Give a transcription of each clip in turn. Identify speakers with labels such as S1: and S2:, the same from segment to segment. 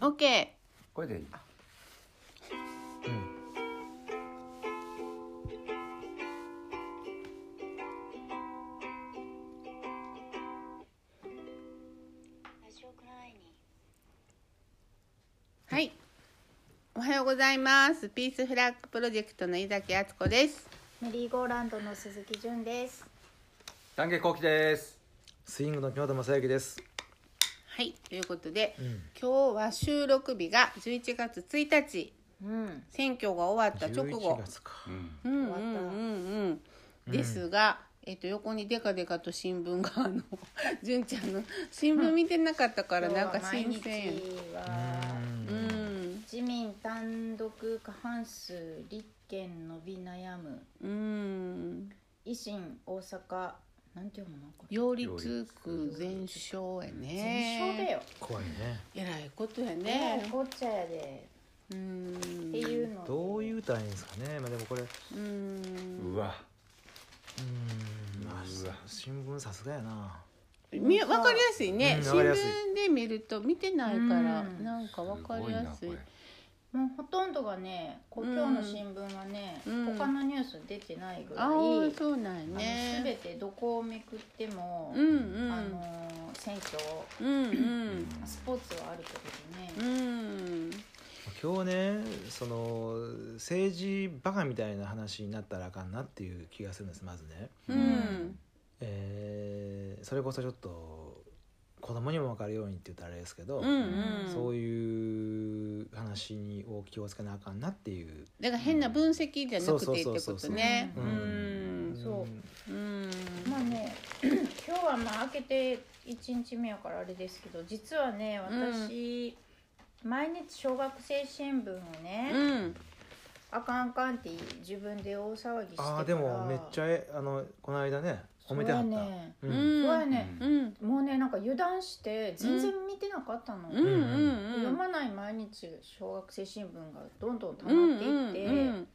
S1: オッケ
S2: これでいいうん
S3: ラジオクライニ
S1: ー。はい。おはようございます。ピースフラッグプロジェクトの井崎敦子です。
S3: メリーゴーランドの鈴木純です
S2: 丹下幸喜です
S4: スイングの京都正幸です。
S1: はい。ということで、
S4: うん
S1: 今日は収録日が11月1日、
S3: うん
S1: 選挙が終わった直後
S4: 11。月か。
S2: うん
S1: うんうん
S3: 終わっ
S1: う
S3: た
S1: んうん。ですが、えっと、横にデカデカと新聞があの 純ちゃんの新聞見てなかったからなんか新鮮
S3: 今日は毎日は
S1: う
S4: うん
S3: 自民単独過半数立憲伸び悩む
S1: うん
S3: 維新大阪なんて読むのこれ
S1: 擁立区全勝やね
S3: 全勝だよ
S4: 怖いね。
S1: えらいことや
S3: ね
S1: ね
S3: えごっちゃやで
S1: う
S3: っ
S1: ん
S3: ていうの
S4: どう言うたらいいんですかね。まあでもこれ、う
S1: うん
S2: うわ
S4: ーん、まあ
S2: うわ
S4: 新聞さすがやな。
S1: みわかりやすいね、
S4: うん
S1: 新
S4: わ
S1: 聞
S4: かりやすい
S1: で見ると見てないから、
S3: うん
S1: なんかわかりやすい
S2: ごな
S3: もうほとんどがねこ
S1: うん
S3: 今日の新聞はね、
S1: うん
S3: 他のニュース出てないぐらい、
S1: ああそうなんや
S3: すべ
S1: ね
S3: てどこをめくっても、
S1: うんうん
S3: あのー選挙
S1: うんう
S2: これ
S1: ん
S3: スポーツはあるけどね、
S1: うん
S4: 今日ね、その政治バカみたいな話になったらあかんなっていう気がするんです。まずね、
S1: う
S2: うんん
S4: えーそれこそちょっと子供にも分かるようにって言ったらあれですけど、
S1: うんうん
S4: そういう話に大きをつけなあかんなっていう。
S1: だから変な分析じゃなくてってこ
S4: そうそうそう
S1: と
S4: そう
S1: ねう
S4: うんん
S3: そう
S1: うん
S3: まあね 今日はまあ明けて1日目やからあれですけど実はね私、毎日小学生新聞をね、
S1: うん
S3: あかんあかんって自分で大騒ぎしてから
S4: ああでもめっちゃえあのこの間ね褒めてはった。
S3: そうやね
S4: う
S1: うん
S4: ん
S3: そうや
S1: うん
S3: ね、
S1: うん
S3: もうねなんか油断して全然見てなかったの、
S1: うん
S3: 読まない毎日小学生新聞がどんどん溜まっていって、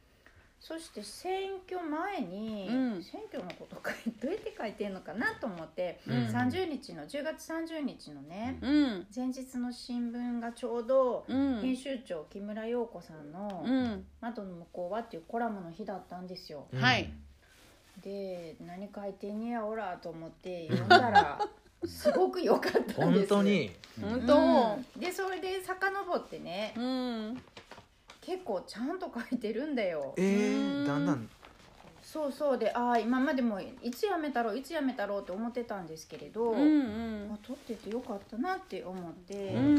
S3: そして選挙前に、
S1: うん
S3: 選挙のことかどうやって書いてんのかなと思って、
S1: うん
S3: 30日の10月30日のね、
S1: うんうん
S3: 前日の新聞がちょうど
S1: うん
S3: 編集長木村陽子さんの
S1: うん
S3: 「窓の向こうは」っていうコラムの日だったんですよ。
S4: うん
S1: はい
S3: で何書いてんねやおらと 思って読んだらすごく良かったんです
S4: 本当に
S2: うん
S1: 本
S3: うん、でそれで遡ってね、
S1: うん
S3: 結構ちゃんと書いてるんだよ
S4: えー、だんだん
S3: そうそうでああ今までもいつやめたろういつやめたろうって思ってたんですけれど、
S1: うんうん
S3: まあ、撮っててよかったなって思って、
S4: うん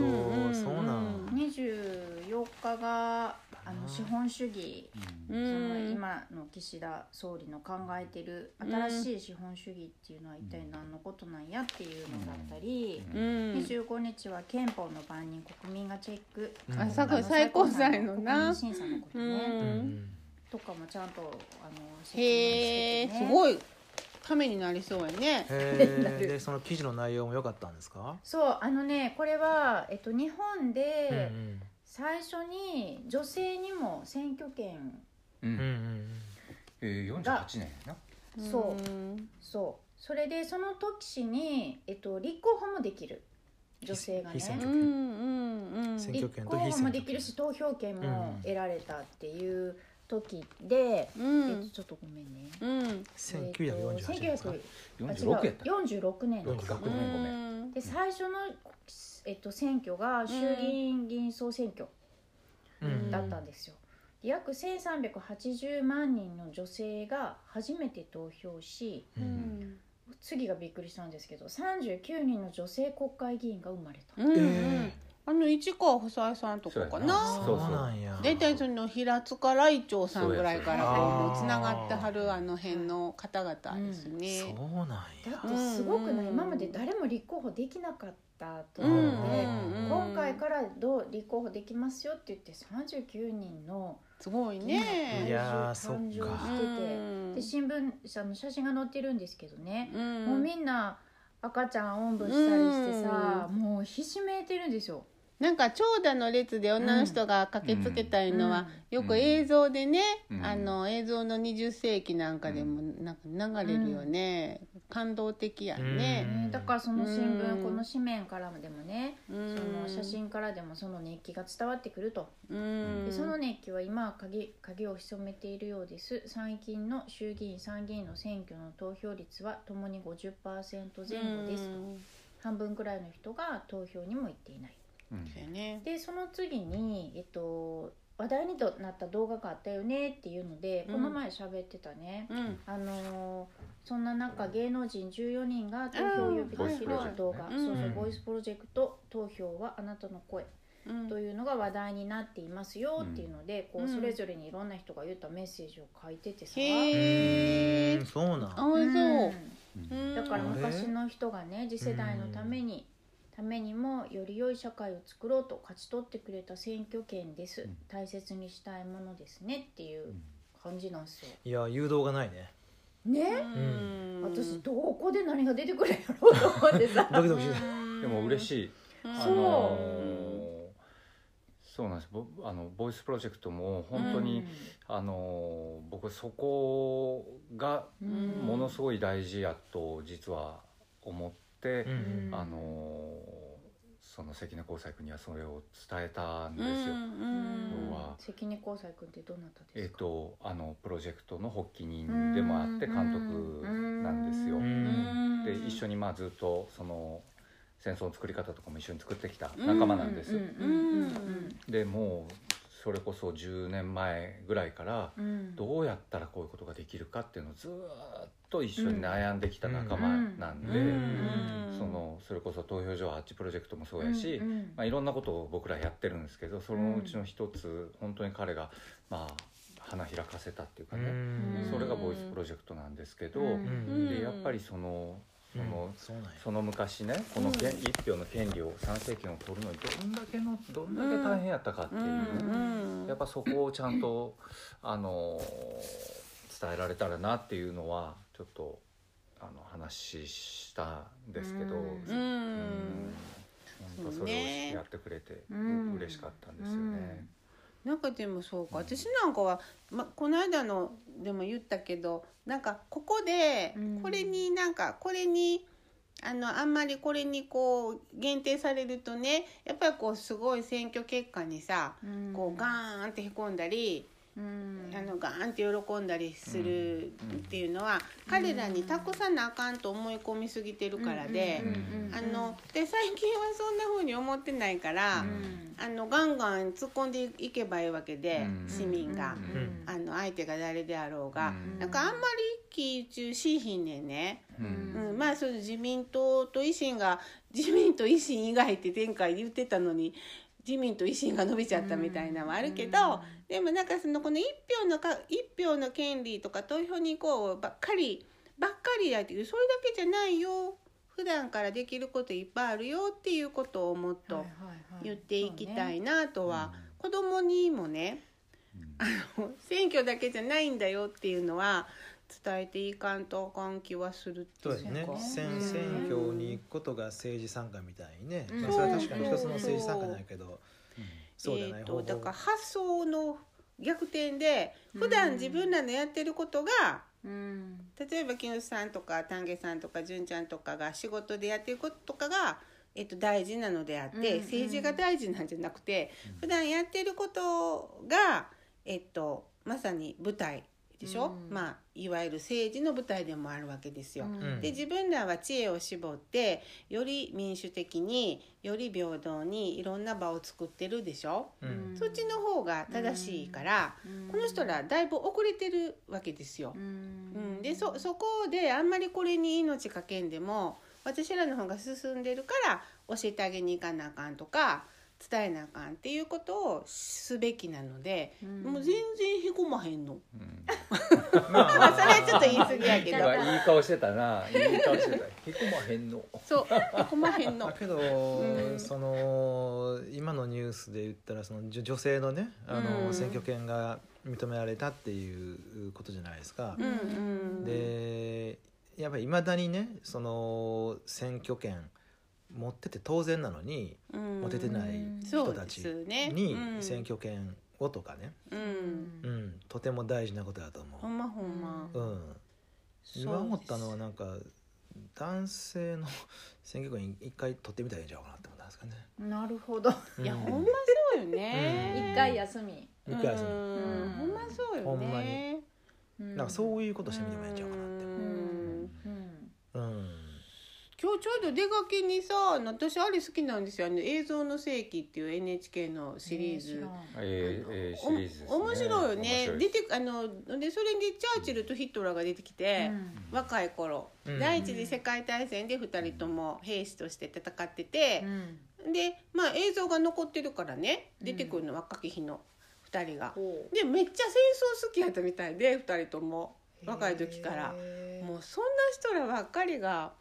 S3: 24日があの資本主義、
S2: うん
S3: その今の岸田総理の考えてる新しい資本主義っていうのは一体何のことなんやっていうのだったり、
S1: うん
S3: 25日は憲法の番人国民がチェック、
S4: うん
S1: あさ
S3: あの
S1: 最高裁のな
S3: 国民審査のことね、
S1: うん
S4: うん
S3: とかもちゃんとあの説明
S1: へえ
S3: してて、ね、
S1: すごいためになりそうやね
S4: へえでその記事の内容も良かったんですか、
S3: そうあのねこれは、えっと、日本
S4: うん
S3: で最初に女性にも選挙権
S2: う
S4: うんうん
S2: ん
S4: うん
S2: えー48年やな
S3: そう
S1: うん
S3: そうそれでその時に、えっと、立候補もできる女性がね
S4: 非選
S1: う
S4: 挙
S1: んうんうん
S4: 選
S3: 立
S4: 挙
S3: 候
S4: 権と非選挙権
S3: 補もできるし投票権も得られたっていう時で、
S1: う
S3: えっと
S1: ん
S3: ちょっとごめんね
S1: うん
S4: 1948年ですか、
S3: えっと1900
S2: 46やった
S3: あ違う46年です
S2: 46ごめんごめ
S1: ん
S3: で最初の、えっと、選挙が衆議院議員総選挙
S4: うんうん
S3: だったんですよ。で約1380万人の女性が初めて投票し
S4: う
S1: うんん
S3: 次がびっくりしたんですけど39人の女性国会議員が生まれた。
S1: うんうん
S4: え
S1: あの市川房枝さんとかかな
S2: そうそ
S4: ー、そううなんや
S1: 大体その平塚来長さんぐらいからこう
S4: そうや
S1: もうつながっては
S4: そう
S1: る
S4: や
S1: あの辺の方々です
S4: そ
S1: ね。
S4: うなん
S3: だ
S4: や
S3: ってすごくない、
S1: うん
S3: 今まで誰も立候補できなかったと
S1: うん
S3: 思
S1: う
S3: うんの
S4: ん
S3: で、
S1: うん
S3: 今回からどう立候補できますよって言って39人の
S1: すごいね。
S4: いやー
S3: 誕生して
S4: そっか
S3: てで新聞あの写真が載ってるんですけどね、
S1: うん
S3: もうみんな赤ちゃんおんぶしたりしてさ、もうひしめいてるんですよ。
S1: なんか長蛇の列で女の人が駆けつけたいのは、よく映像でね、
S2: うん
S1: あの映像の20世紀なんかでもなんか流れるよね、感動的やね。
S3: ねだからその新
S1: うん
S3: 聞この紙面からでもね
S1: そ
S3: その写。真からでもその熱気が伝わってくると
S1: うん。
S3: でその熱気は今は鍵鍵を潜めているようです最近の衆議院参議院の選挙の投票率はともに50%前後ですと
S1: うん
S3: 半分くらいの人が投票にも行っていない
S2: うん
S1: そうやね。
S3: でその次に、えっと、話題になった動画があったよねっていうので、
S1: うん
S3: この前喋ってたね、
S1: うん。
S3: あのーそんな中芸能人14人が投票を呼びかける動画、
S1: あー
S3: そうそう
S2: ボ
S3: ボ
S2: イ
S3: イ
S2: ス
S3: スプロジェクト投票はあなたの声
S1: うん
S3: というのが話題になっていますよっていうので、
S1: う
S3: こ
S1: ん
S3: うそれぞれにいろんな人が言ったメッセージを書いててさ、
S1: へえ
S4: うーん。そうなん
S1: あ、そう。
S2: う
S1: うんん
S3: だから昔の人がね次世代のためにためにもより良い社会を作ろうと勝ち取ってくれた選挙権で
S2: う
S3: す
S2: ん
S3: 大切にしたいものですねっていう感じなんですよ。
S4: いや誘導がないね
S1: う
S3: ね
S1: ん
S3: 私どこで何が出てくるやろうと思って さ
S4: ドキドキして
S2: でも嬉
S1: い。
S2: しい
S1: うん
S2: あのーそうなんですぼあのボイスプロジェクトも本当に、あのー僕そこが
S3: うん
S2: ものすごい大事やと実は思って
S4: た、うん
S2: あのーその関根光斎君にはそれを伝えたんですよ。
S3: うん
S2: うわ
S3: 関根光斎君ってどなたで
S2: え
S3: す
S2: っ
S3: か、
S2: とあのプロジェクトの発起人でもあって監督なんですよ
S4: う。
S1: うんん
S2: で一緒にまあずっとその戦争の作り方とかも一緒に作ってきた仲間なんです。
S3: うんうん
S2: でもうそれこそ10年前ぐらいから
S3: うんうん、
S2: どうやったらこういうことができるかっていうのをずーっと一緒に悩んできた仲間なんで、
S1: うん
S2: そのそれこそ投票所アーチプロジェクトもそうやし、
S3: うんうん
S2: まあ、いろんなことを僕らやってるんですけどそのうちの一つ本当に彼が、まあ、花開かせたっていうか
S4: う
S2: ね、
S4: ん
S2: それがボイスプロジェクトなんですけど、
S3: うん
S4: うん
S2: でやっぱりそのその
S4: そうなんや
S2: その昔ねこのけん一票の権利を参政権を取るのにどんだけのどんだけ大変やったかっていう、
S1: うん
S2: やっぱそこをちゃんとあの伝えられたらなっていうのはちょっとあの話したんですけど、
S3: うん
S1: う
S2: うん
S1: ん
S2: 本当それ
S1: そうね
S2: をやってくれて
S3: うん
S2: 嬉しかったんですよね。
S1: なんかでもそうか私なんかは、ま、この間のでも言ったけどなんかここで
S3: うん
S1: これになんかこれにあのあんまりこれにこう限定されるとねやっぱりこうすごい選挙結果にさ
S3: うん
S1: こうガーンってへこんだり、
S3: うん
S1: あのガーンって喜んだりするっていうのは、彼らに託さなあかんと思い込みすぎてるからで、
S3: うんうんうん
S1: あので最近はそんな風に思ってないから。
S3: うん
S1: あのガンガン突っ込んでいけばいいわけで、
S2: うん
S1: 市民が
S3: う、ん
S4: うん
S1: あの相手が誰であろうが、
S2: うん
S1: なんかあんまり一喜一憂しひんねんね、
S2: うん
S1: うんまあその自民党と維新が自民と維新以外って前回言ってたのに自民と維新が伸びちゃったみたいなのはあるけど、でもなんかそのこの一票のか一票の権利とか投票に行こうばっかりばっかりやっていうそれだけじゃないよ普段からできることいっぱいあるよっていうことをもっと。
S3: はいはいはい
S1: 言っていきたいなとは、
S2: うん
S1: 子供にもね
S2: うん
S1: 選挙だけじゃないんだよっていうのは伝えていかんとあかん気はするって
S4: そ
S1: いうか
S4: ですね
S3: そうか
S4: 選
S1: うん
S4: 選挙に行くことが政治参加みたいにね、
S3: うん
S4: まあ、それは確かに一つの政治参加なんやけどそうじゃない
S1: えー
S4: 方
S1: と
S4: 法
S1: だから発想の逆転で
S3: うん
S1: 普段自分らのやってることが、
S3: うん
S1: 例えば木下さんとか丹下さんとか純ちゃんとかが仕事でやってることとかが、えっと、大事なのであって、
S3: うんうん
S1: 政治が大事なんじゃなくて、普段やってることが、えっと、まさに舞台でしょ、
S3: うん
S1: まあ、いわゆる政治の舞台でもあるわけですよ。
S3: うん
S1: で自分らは知恵を絞ってより民主的により平等にいろんな場を作ってるでしょ、
S4: うん
S1: そっちの方が正しいから、この人らだいぶ遅れてるわけですよ。
S3: うん
S1: うん、でそそこであんまりこれに命かけんでも私らの方が進んでるから教えてあげに行かなあかんとか伝えなあかんっていうことをすべきなので、
S3: うん
S1: もう全然へこまへ んの。
S2: うん
S4: まあ
S1: まあそれはちょっと言い過ぎやけ
S2: う
S1: ど
S2: わいい顔してたないい顔してたへこまへんの
S1: そうへこまへんの
S4: だ。けど、
S1: ん
S4: その今のニュースで言ったらその女女性のねあの、
S1: うん
S4: 選挙権が認められたっていうことじゃないですか
S1: う。んうん、
S4: でやっぱりいまだにねその選挙権持ってて当然なのに
S1: うん、
S4: 持ててない
S1: そ
S4: 人
S1: う
S4: た
S1: で
S4: ち
S1: すね
S4: に
S1: うん
S4: 選挙権をとかね、
S1: う、
S3: うんん
S4: うんとても大事なことだと思う
S1: ほ。んまほんま
S4: うん、今思ったのはなんか男性の選挙区に一回取ってみたらいいんちゃうかなって思ったんですかね。
S3: なるほど
S1: いや
S4: うん
S1: ほんまそうよね
S3: 一回休み
S4: 一回休
S1: う
S4: み
S1: んほんまそう
S4: ほ
S1: よ
S4: んま
S1: ね
S4: に
S3: な
S4: なんかそういうことしてみてもいいんちゃうかなって
S1: う
S4: 思
S1: ん
S3: うん、うん
S4: う。うん。
S1: 今日ちょうど出かけにさあの私あれ好きなんですよ「あの映像の世紀」っていう NHK のシリーズ。
S2: えーえー
S1: お
S2: シリーズですね
S1: 面白いよね
S2: 面白い
S1: 出てあのでそれでチャーチルとヒトラーが出てきて、若い頃、
S4: うん
S1: 第一次世界大戦で2人とも兵士として戦ってて、で、まあ、映像が残ってるからね出てくるの、若き日の2人が。でめっちゃ戦争好きやったみたいで2人とも若い時から。もうそんな人らばっかりが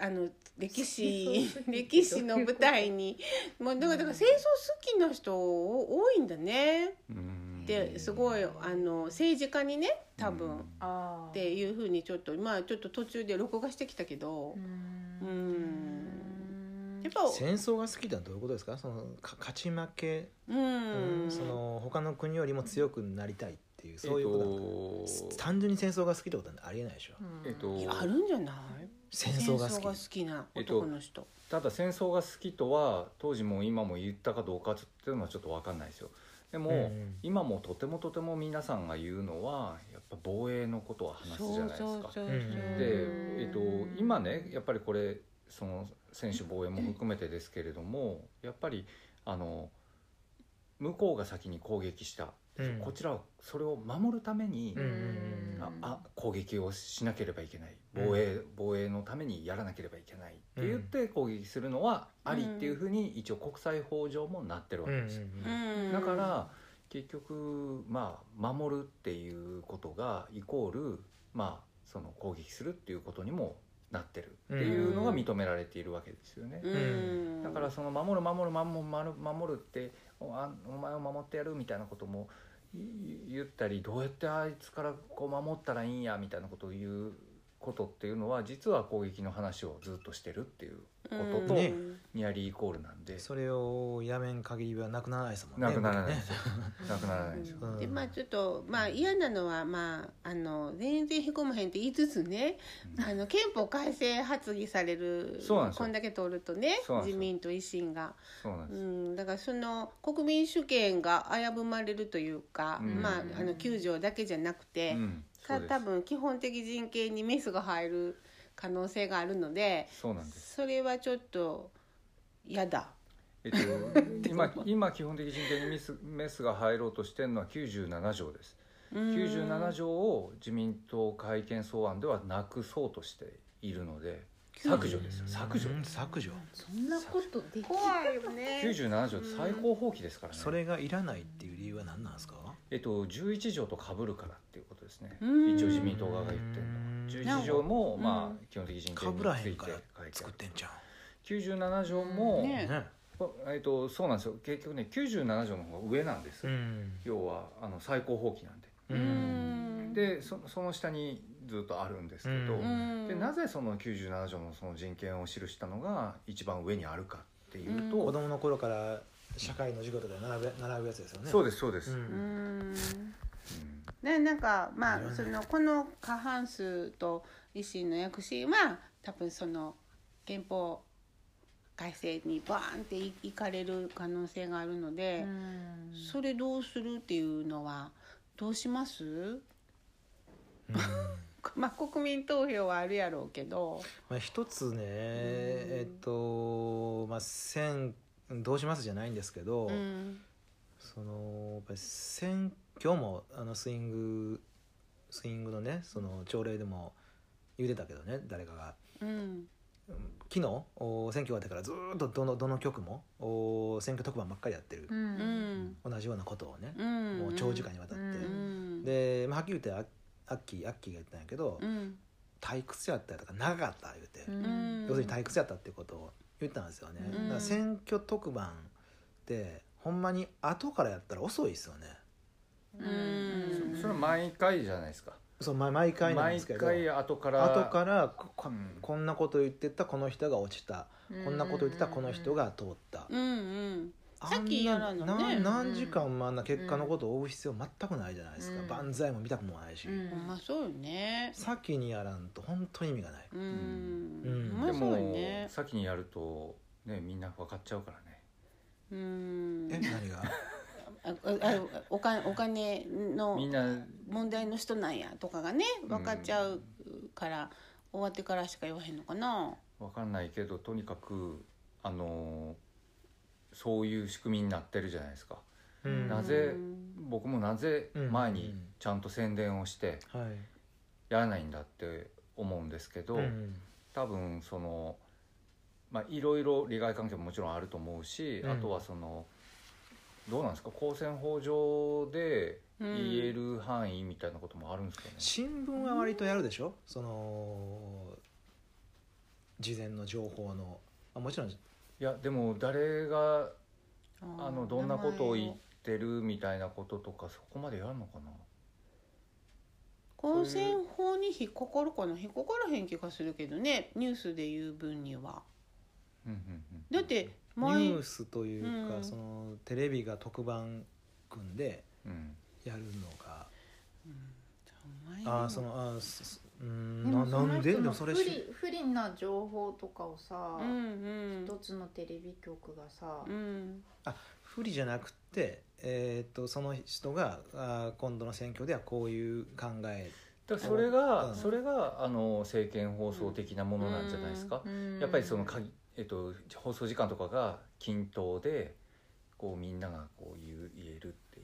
S1: あの歴史歴史の舞台にもうだからだから戦争好きな人多いんだね
S2: うん
S1: ってすごいあの政治家にね多分、
S2: うん
S3: あ
S1: っていうふうにちょっとまあちょっと途中で録画してきたけど
S3: う、
S1: うん
S3: ん
S1: やっぱ
S4: 戦争が好きってのはどういうことですか。そのか勝ち負け、
S1: うん、
S4: うんその他の国よりも強くなりたいっていうそういうことなのかな。
S2: えっと
S4: 単純に戦争が好きってことはありえないでしょ。
S2: えっと
S1: いやあるんじゃない
S4: 戦争が好き。
S1: な男の人、
S2: ただ戦争が好きとは当時も今も言ったかどうかっていうのはちょっと分かんないですよでも、
S4: うん
S2: 今もとてもとても皆さんが言うのはやっぱ防衛のことは話すじゃないですか。
S1: う
S4: うん
S2: で、えっと、今ねやっぱりこれその選手防衛も含めてですけれどもやっぱりあの向こうが先に攻撃した、
S4: うん
S2: こちらはそれを守るために、
S4: うん
S2: ああ攻撃をしなければいけない防衛、防衛のためにやらなければいけないって言って攻撃するのはありっていうふうに一応国際法上もなってるわ
S4: う
S2: け
S4: ん
S2: ですよ、
S1: うん
S2: だから結局まあ守るっていうことがイコールまあその攻撃するっていうことにもなってるっていうのが認められているわけですよね、
S1: うん
S2: だからその守る守る守る守る守るっておあお前を守ってやるみたいなこともい言ったりどうやってあいつからこう守ったらいいんやみたいなことを言うことっていうのは実は攻撃の話をずっとしてるっていうことと
S4: ね
S2: ニアリーイコールなんで
S4: それをやめん限りはなくならないですもんね。
S2: なくならない
S4: ね
S2: ですよなくならないですよ
S4: うん
S1: でまあちょっとまあ嫌なのはまああの全然へこまへんって言いつつね、
S2: うん
S1: あの憲法改正発議される
S2: そうなんですよ
S1: こんだけ通るとね
S2: そうなんです
S1: 自
S2: よ
S1: 民と維新が、
S2: そうなん
S1: う
S2: です
S1: ん、だからその国民主権が危ぶまれるというか、
S2: うん
S1: まああの9条だけじゃなくて、
S2: うんそ
S1: か
S2: うです
S1: 多分基本的人権にメスが入る可能性があるので
S2: そうなんです。
S1: それはちょっと嫌だ。
S2: えっと、今、今基本的人権にミス、メスが入ろうとしてるのは97条です。97条を自民党改憲草案ではなくそうとしているので。削除ですよ。削除
S4: う。ん削除。
S3: そんなことでき
S1: 怖いよね
S2: 97条って最高法規ですからね。
S4: それがいらないっていう理由は何なんですか。
S2: えっと、11条と被るからっていうことですね。
S1: うん
S2: 一応自民党側が言ってるのは。11条も、まあ、基本的人
S4: か
S2: 権に
S4: ぶらへ
S2: つ
S4: ん
S2: い
S4: か
S2: て
S4: ら
S2: 改
S4: 作っ
S2: 憲。
S4: てんじゃん。
S2: 97条も、
S1: ね
S4: ね。
S2: えっと、そうなんですよ。結局ね、97条の方が上なんですよ。
S4: ん。
S2: 要はあの最高法規なんで
S1: うん
S2: でそその下にずっとあるんですけど、
S4: う
S2: でなぜその97条のその人権を記したのが一番上にあるかっていうと、
S1: うん
S4: 子供の頃から社会の授業とかで学ぶ習うやつですよね。
S2: そう
S4: で
S2: ですそうです、
S1: うーんねなんかまあそのこの過半数と維新の躍進は多分その憲法改正にバーンっていいかれる可能性があるので、それどうするっていうのはどうします、まあ国民投票はあるやろうけど、
S4: まあ一つね、えっとまあ選どうしますじゃないんですけど、
S1: うん
S4: そのやっぱり選挙もあのスイングスイングのねその朝礼でも言ってたけどね誰かが
S1: うん
S4: 昨日お選挙終わってからずーっとどのどの局もお選挙特番ばっかりやってる、
S1: うんうん
S4: 同じようなことをね、
S1: うん、
S4: もう長時間にわたって、
S1: うん、
S4: で、まあ、はっきり言ってあアッキーアッキーが言ったんやけど、
S1: うん
S4: 退屈やったとか長かった言うて、
S1: うん、
S4: 要するに退屈やったってことを言ったんですよね、
S3: うん
S4: だから選挙特番ってほんまに後からやったら遅いですよね
S1: うん
S2: そそれは毎回じゃないですか
S4: そうま毎回なんで
S2: 毎
S4: すけど
S2: 回後から
S4: 後からここ
S2: うん
S4: こんなこと言ってたこの人が落ちたこんなこと言ってたこの人が通った、
S1: うんうんさっきやらんのね
S4: あ
S1: う
S4: な
S1: ん
S4: 何時間もあんな結果のことを追う必要全くないじゃないですか、
S3: うん
S4: 万歳も見たくもないし、
S3: うん
S1: ほんまそうよね
S4: 先にやらんと本当に意味がない、
S1: うん、
S4: うん
S1: ほんま
S2: で
S1: そうよ
S2: も、
S1: ね
S2: 先にやるとねみんな分かっちゃうからね
S1: うん
S4: え何が
S1: あああお金お金の
S2: みんな
S1: 問題の人なんやとかがね分かっちゃうから、終わってからしか言わへんのかな
S2: 分かんないけどとにかくあのーそういう仕組みになってるじゃないですか
S4: うん
S2: な
S4: は
S2: ぜ
S1: うん
S2: 僕もなぜ前にちゃんと宣伝をして
S4: い
S2: やらないんだって思うんですけど、
S4: うん
S2: 多分そのまあいろいろ利害関係ももちろんあると思うし、
S4: うん
S2: あとはそのどうなんですか公選法上で
S1: うん
S2: 言える範囲みたいなこともあるんですかね、
S4: 新聞は割とやるでしょその事前の情報のあもちろん
S2: いやでも誰が
S1: あ
S2: あのどんなことを言ってるみたいなこととかそこまでやるのかな
S1: 公選法に引っかかるかな引っかからへん気がするけどねニュースで言う分には
S2: うんうんうん
S1: だって
S4: ニ
S1: 前
S4: ュースというか、
S1: うん
S4: そのテレビが特番組んで
S2: うん
S4: やるのが、
S1: 前
S4: あ
S1: の
S4: あそのあすすうん
S3: でも
S4: な
S3: そ
S4: な
S3: の
S4: んで
S3: 人
S4: で
S3: の
S4: もそ
S3: 不
S4: れ
S3: 利不利な情報とかをさ、
S1: うんうん
S3: 一つのテレビ局がさ、
S1: うん
S4: 不利じゃなくて、えー、とその人があー今度の選挙ではこういう考え
S2: だからそれが、
S4: うん
S2: それがあの政見放送的なものなんじゃないですか、やっぱりそのかぎ、えっと、放送時間とかが均等でこうみんながこう言う言えるってい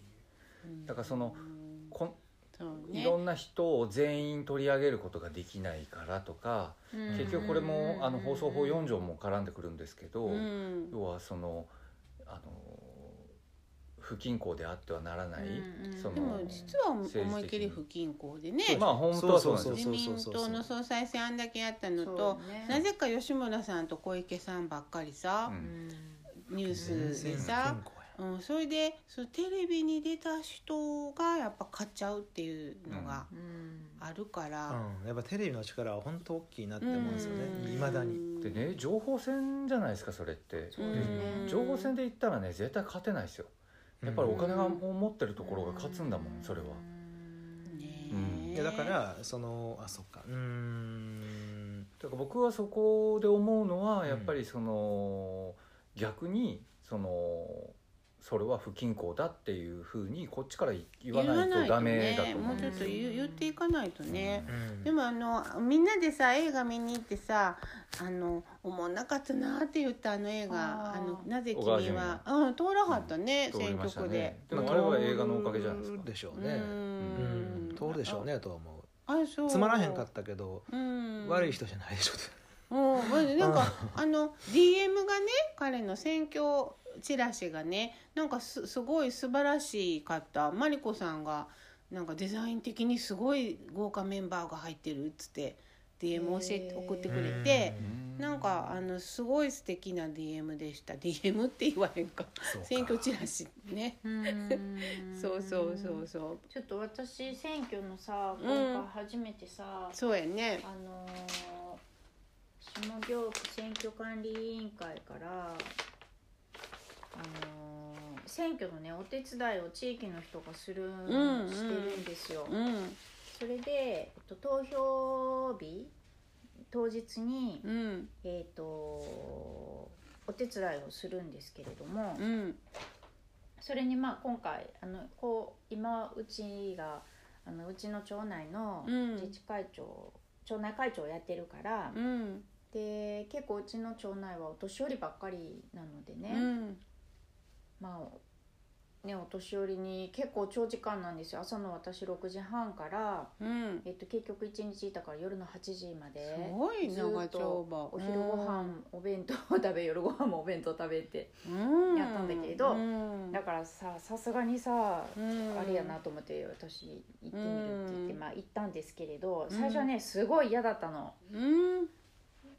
S2: うだからその
S1: うん
S2: こん
S1: そうね
S2: いろんな人を全員取り上げることができないからとか、
S3: うん
S2: 結局これもあの放送法4条も絡んでくるんですけど、
S1: うん
S2: 要はそのあの不均衡であってはならない、
S3: うん
S2: その
S1: でも実は
S2: 政治的に
S1: 思いっきり不均衡でね
S2: まあ本当はそうなんです
S4: そ
S2: よ
S4: う
S1: 自民党の総裁選あんだけやったのと、
S3: そうね
S1: なぜか吉村さんと小池さんばっかりさ
S2: う、ん
S1: ニュースでさ、うん、それでそのテレビに出た人がやっぱ買っちゃうっていうのが
S3: うんうん
S1: あるか
S4: う
S1: ら、
S4: ん、やっぱテレビの力は本当大きいなって
S1: う
S4: 思うんですよねいまだに
S2: でね情報戦じゃないですかそれって
S3: そうですね
S1: うん
S2: 情報戦で言ったらね絶対勝てないですよやっぱりお金が
S1: うん
S2: 持ってるところが勝つんだもんそれは
S1: ね
S2: うん
S1: え
S4: いやだからそのあそっかうーん
S2: だから僕はそこで思うの
S4: う
S2: は
S4: ん
S2: やっぱりその逆にそのそれは不均衡だっていうふうにこっちから言わないとダメだと思
S1: も
S2: う
S1: うんちょっ
S2: です
S1: と
S2: よ
S1: 言う言っていかないとね、
S4: うん
S1: でもあのみんなでさ映画見に行ってさあのおもんなかったなって言ったあの映画
S3: あ
S1: あ
S3: ー
S1: のなぜ
S2: 小川
S1: 君
S2: 淳
S1: は
S2: 也、
S1: うん、通らはったね、
S2: 通り
S1: 選
S2: ま
S1: 挙
S2: した
S1: 区で
S2: ね。でもあれは映画のおかげじゃないです
S4: 通
S2: か
S4: るでしょうねうん通るでしょうねとは思
S1: ああそう
S4: うつまらへんかったけど
S1: た、うん、
S4: 悪い人じゃないでしょう
S1: うん、まあなんかあの DM がね彼の選挙チラシがねなんかすすごい素晴らしかったマリコさんがなんかデザイン的にすごい豪華メンバーが入ってるっつって DM 教え
S3: へ
S1: て
S3: ー
S1: 送ってくれて
S2: う。
S1: なんかあのすごい素敵な DM でした DM って言わへんか
S4: そうか
S1: 選挙チラシね
S3: うん
S1: そうそうそうそう
S3: ちょっと私選挙のさ
S1: うん
S3: 今回初めてさ、
S1: そうやね
S3: あのー下京区選挙管理委員会から、あのー選挙のねお手伝いを地域の人がする、
S1: んうん
S3: してるんですよ。
S1: うん
S3: それで、えっと、投票日当日に、
S1: うん
S3: えっとお手伝いをするんですけれども、
S1: うん
S3: それにまあ今回あのこう今うちがあのうちの町内の
S1: うん
S3: 自治会長、町内会長をやってるから、
S1: うん
S3: で結構うちの町内はお年寄りばっかりなのでね、
S1: うん
S3: まあねお年寄りに結構長時間なんですよ朝の私6時半から、
S1: うん
S3: えっと、結局1日いたから夜の8時ま
S1: す
S3: で。
S1: ごい
S3: ずー
S1: 長
S3: っと
S1: 丁場
S3: お昼ご飯お弁当 を食べ夜ご飯もお弁当食べて
S1: うん
S3: やったんだけど
S1: うん
S3: だからささすがにさ
S1: うん
S3: あれやなと思って私行ってみるって言って、
S1: うん
S3: まあ行ったんですけれど
S1: うん
S3: 最初はねすごい嫌だったの、
S1: うん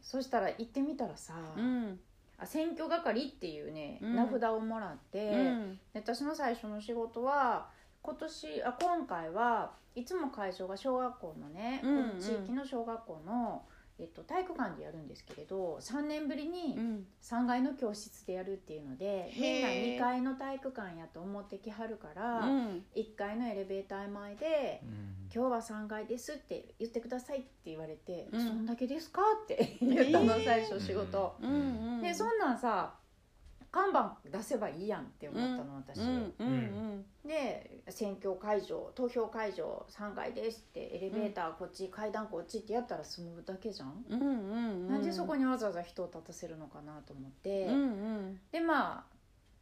S3: そしたら行ってみたらさ、
S1: うん
S3: あ選挙係っていうね、
S1: うん
S3: 名札をもらって、
S1: うん
S3: で私の最初の仕事は今年あ今回はいつも会場が小学校のね、
S1: うんうん
S3: 地域の小学校の、えっと、体育館でやるんですけれど3年ぶりに
S1: うん
S3: 3階の教室でやるっていうので、みんな
S1: へー
S3: 2階の体育館やと思ってきはるから、
S1: うん
S3: 1階のエレベーター前で「今日は3階です」って言ってくださいって言われて「
S1: うん
S3: そんだけですか?」って言ったの
S1: えー
S3: 最初仕事。
S1: うんうん
S3: でそんなんさ看板出せばいいやんって思ったの私。
S1: うんうんうん
S3: で選挙会場投票会場3階ですってエレベーターこっち、階段こっちってやったら済むだけじゃん、
S1: うんうん
S3: なんでそこ
S1: に
S3: にわざわざ人を立たせるのかなと思って、
S1: うんうん
S3: でまあ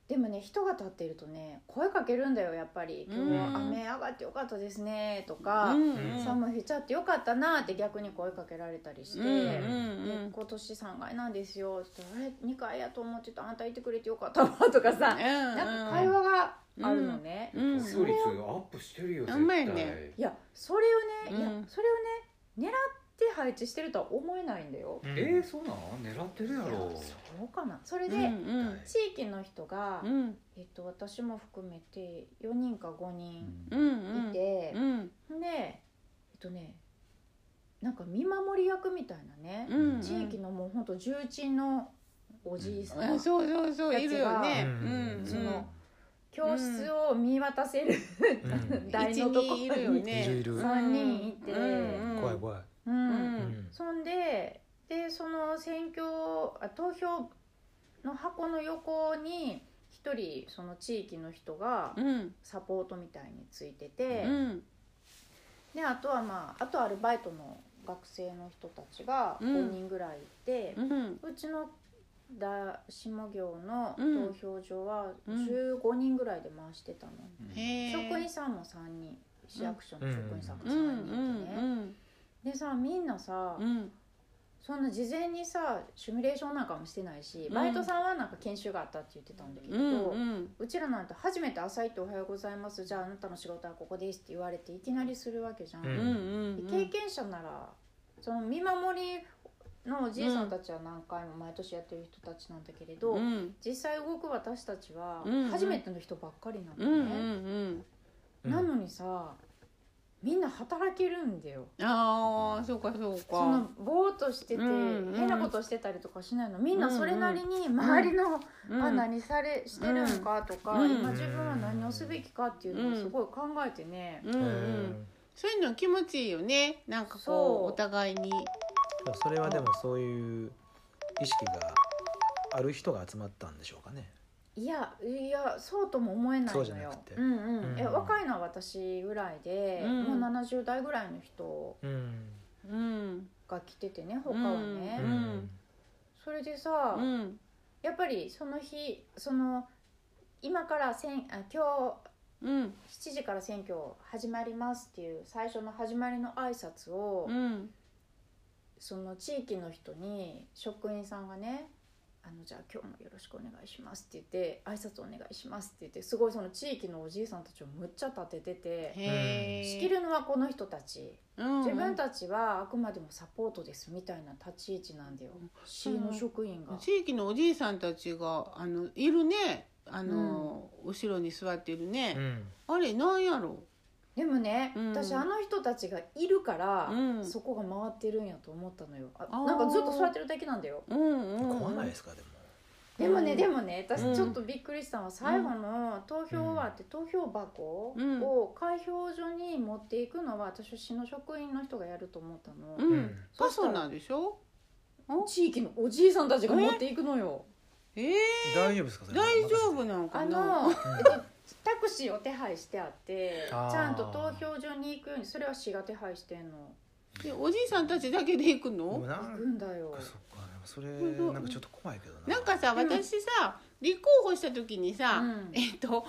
S3: でもね人が立っているとね声かけるんだよやっぱり
S1: う
S3: 「今
S1: ん
S3: 日は雨上がってよかったですね」とか
S1: うん
S2: う
S3: 「
S2: ん
S3: 寒い日ちゃってよかったな」って逆に声かけられたりして。
S1: うんう
S3: で
S1: ん
S3: 今年3階なんですよ」って言ったらあれ2階やと思ってたあんたいてくれてよかったわ」とかさなんか会話があるのね、
S1: うんうん
S2: 普及率アップしてるよ
S1: ほん
S2: 絶
S1: まや
S2: 対
S1: ね
S3: いやそれをね、いや
S1: うん
S3: それをね狙って配置してるとは思えないんだよ。
S2: えー、そうなん狙ってるやろ
S3: いやそうかなそれで、
S1: うん
S3: 地域の人が、
S1: うん
S3: えっと、私も含めて4人か5人
S1: うんうん
S3: いて
S1: う、ん
S3: でえっとねなんか見守り役みたいなね、
S1: うん
S3: 地域のもうほんと重鎮のおじいさん、
S1: あそうそうそういるよね
S4: うん
S1: うん
S3: そ
S1: うん
S3: の教室を見渡せる、
S4: うん
S3: 台のとこ
S1: 一人いるよね
S4: いるいる
S3: 3人いて、
S1: うんうん
S4: 怖い怖い、
S3: うん
S1: うん
S3: そんででその選挙あ投票の箱の横に一人その地域の人が
S1: うん
S3: サポートみたいについてて、
S1: うん
S3: であとはまああとアルバイトの学生の人たちが
S1: うん
S3: 5人ぐらいいて
S1: う、ん
S3: うちのだ下行の
S1: うん
S3: 投票所は
S1: うん
S3: 15人ぐらいで回してたの、
S1: へえ
S3: 職員さんも3人市役所の職員さんが
S1: う
S3: 3
S1: んう
S3: 人でね、
S1: ん
S3: でさみんなさ、
S1: うんうん
S3: そんな事前にさシミュレーションなんかもしてないし、
S1: うん
S3: バイトさんはなんか研修があったって言ってたんだけれ
S1: う
S3: ど、うん
S1: うん
S3: ちらなんて初めて「朝行っておはようございますじゃああなたの仕事はここです」って言われていきなりするわけじゃん。
S4: うん
S1: うん
S3: で経験者ならその見守りのおじいさんたちは何回も毎年やってる人たちなんだけれど、
S1: うん
S3: 実際動く私たちは
S1: うんうん
S3: 初めての人ばっかりなのね
S1: う、んうん
S4: うん
S3: なのにさみんな働けるんだよ。
S1: うんああそうかそう
S3: その
S1: か
S3: ぼーっとしてて、
S1: うんうん
S3: 変なことしてたりとかしないのみんなそれなりに周りの、
S1: うん
S3: あ何されしてるのかとか、
S1: うん
S3: 今自分は何をすべきかっていうのをすごい考えてね、
S1: うんうんそういうの気持ちいいよねなんかこ
S3: そ
S1: う
S3: う
S1: お互いに
S4: うんそれはでもそういう意識がある人が集まったんでしょうかね
S3: いやいやそうとも思えない
S4: そう
S3: の
S4: じゃなく
S3: よ
S4: て。
S3: うんうん
S4: うん
S3: え若いのは私ぐらいで、
S1: うん
S3: もう70代ぐらいの人
S4: うん
S1: うん
S3: が来ててね他はね、
S1: う
S4: うんん
S3: それでさ、
S1: うん
S3: やっぱりその日その今からせんあ今日
S1: うん
S3: 7時から選挙始まりますっていう最初の始まりの挨拶を、
S1: うん
S3: その地域の人に職員さんがね「あのじゃあ今日もよろしくお願いします」って言って「挨拶お願いします」って言ってすごいその地域のおじいさんたちをむっちゃ立ててて
S1: へえ
S3: 仕切るのはこの人たち自
S1: 自
S3: 分たちはあくまでもサポートですみたいな立ち位置なんだよ市の職員が。
S1: 地域のおじいさんたちがあのいるねあの、後ろに座ってる
S4: う
S1: ね、
S4: ん
S1: あれなんやろ
S3: でもね、
S1: うん
S3: 私あの人たちがいるから、
S1: うん
S3: そこが回ってるんやと思ったのよあ
S1: あー
S3: なんかずっと座ってるだけなんだよ
S1: うんうん
S4: 怖ないですかでも
S3: でもね、
S1: うん
S3: でもね
S1: うん
S3: 私ちょっとびっくりしたのは最後の投票終わって、投票箱
S1: うん
S3: を開票所に持っていくのは私市の職員の人がやると思ったの、
S1: うん、
S4: うん
S1: パソナでしょ
S3: 地域のおじいさんたちが持っていくのよ
S1: えー、
S4: 大丈夫ですかそれ
S1: 大丈夫なん
S3: あ
S1: かな
S3: の、えっと、 タクシーを手配してあってち
S4: あー
S3: ゃんと投票所に行くようにそれは市が手配してんの
S1: でおじいさんたちだけで行く
S4: でも
S1: の
S4: なん
S3: 行
S4: か
S3: くんだよ
S4: そっかでもそれ
S1: 本当
S4: なんかちょっと怖いけどな
S1: なんかさ
S3: うん
S1: 私さ立候補した時にさ、
S3: うん
S1: えっと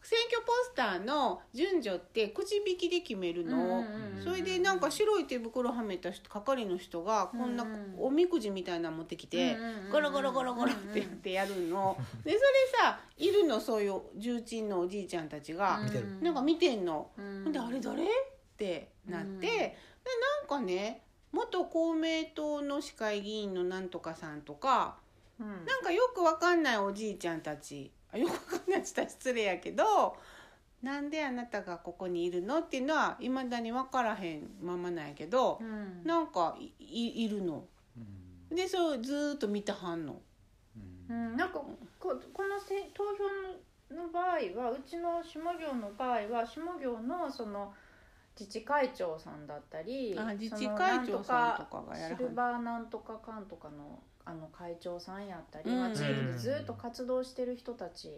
S1: 選挙ポスターの順序ってくじ引きで決めるの、それでなんか白い手袋はめた人係の人がこんな
S3: うん
S1: おみくじみたいなの持ってきて、ゴロゴロゴロゴロってやってやるの、でそれさいるのそういう重鎮のおじいちゃんたちが、
S4: 見てる
S1: なんか見てんの、ほ
S3: 見
S1: んであれ誰ってなって、
S3: うん
S1: でなんかね元公明党の市会議員のなんとかさんとか
S3: うん
S1: なんかよくわかんないおじいちゃんたちあよくわかんないって言ったら失礼やけどなんであなたがここにいるのっていうのはいまだに分からへんままなんやけど、
S3: うん
S1: なんかいいいるの。
S2: うん
S1: でそれをずーっと見たはんの。
S2: うん
S3: うん、なんかここのせ投票の場合はうちの下行の場合は下行のその自治会長さんだったり
S1: あ自治会長さんとかがや
S3: シ
S1: ら
S3: ル
S1: は
S3: バーなんとかかんとかのあの会長さんやったり、
S1: うん
S3: まあ、地域でずっと活動してる人たち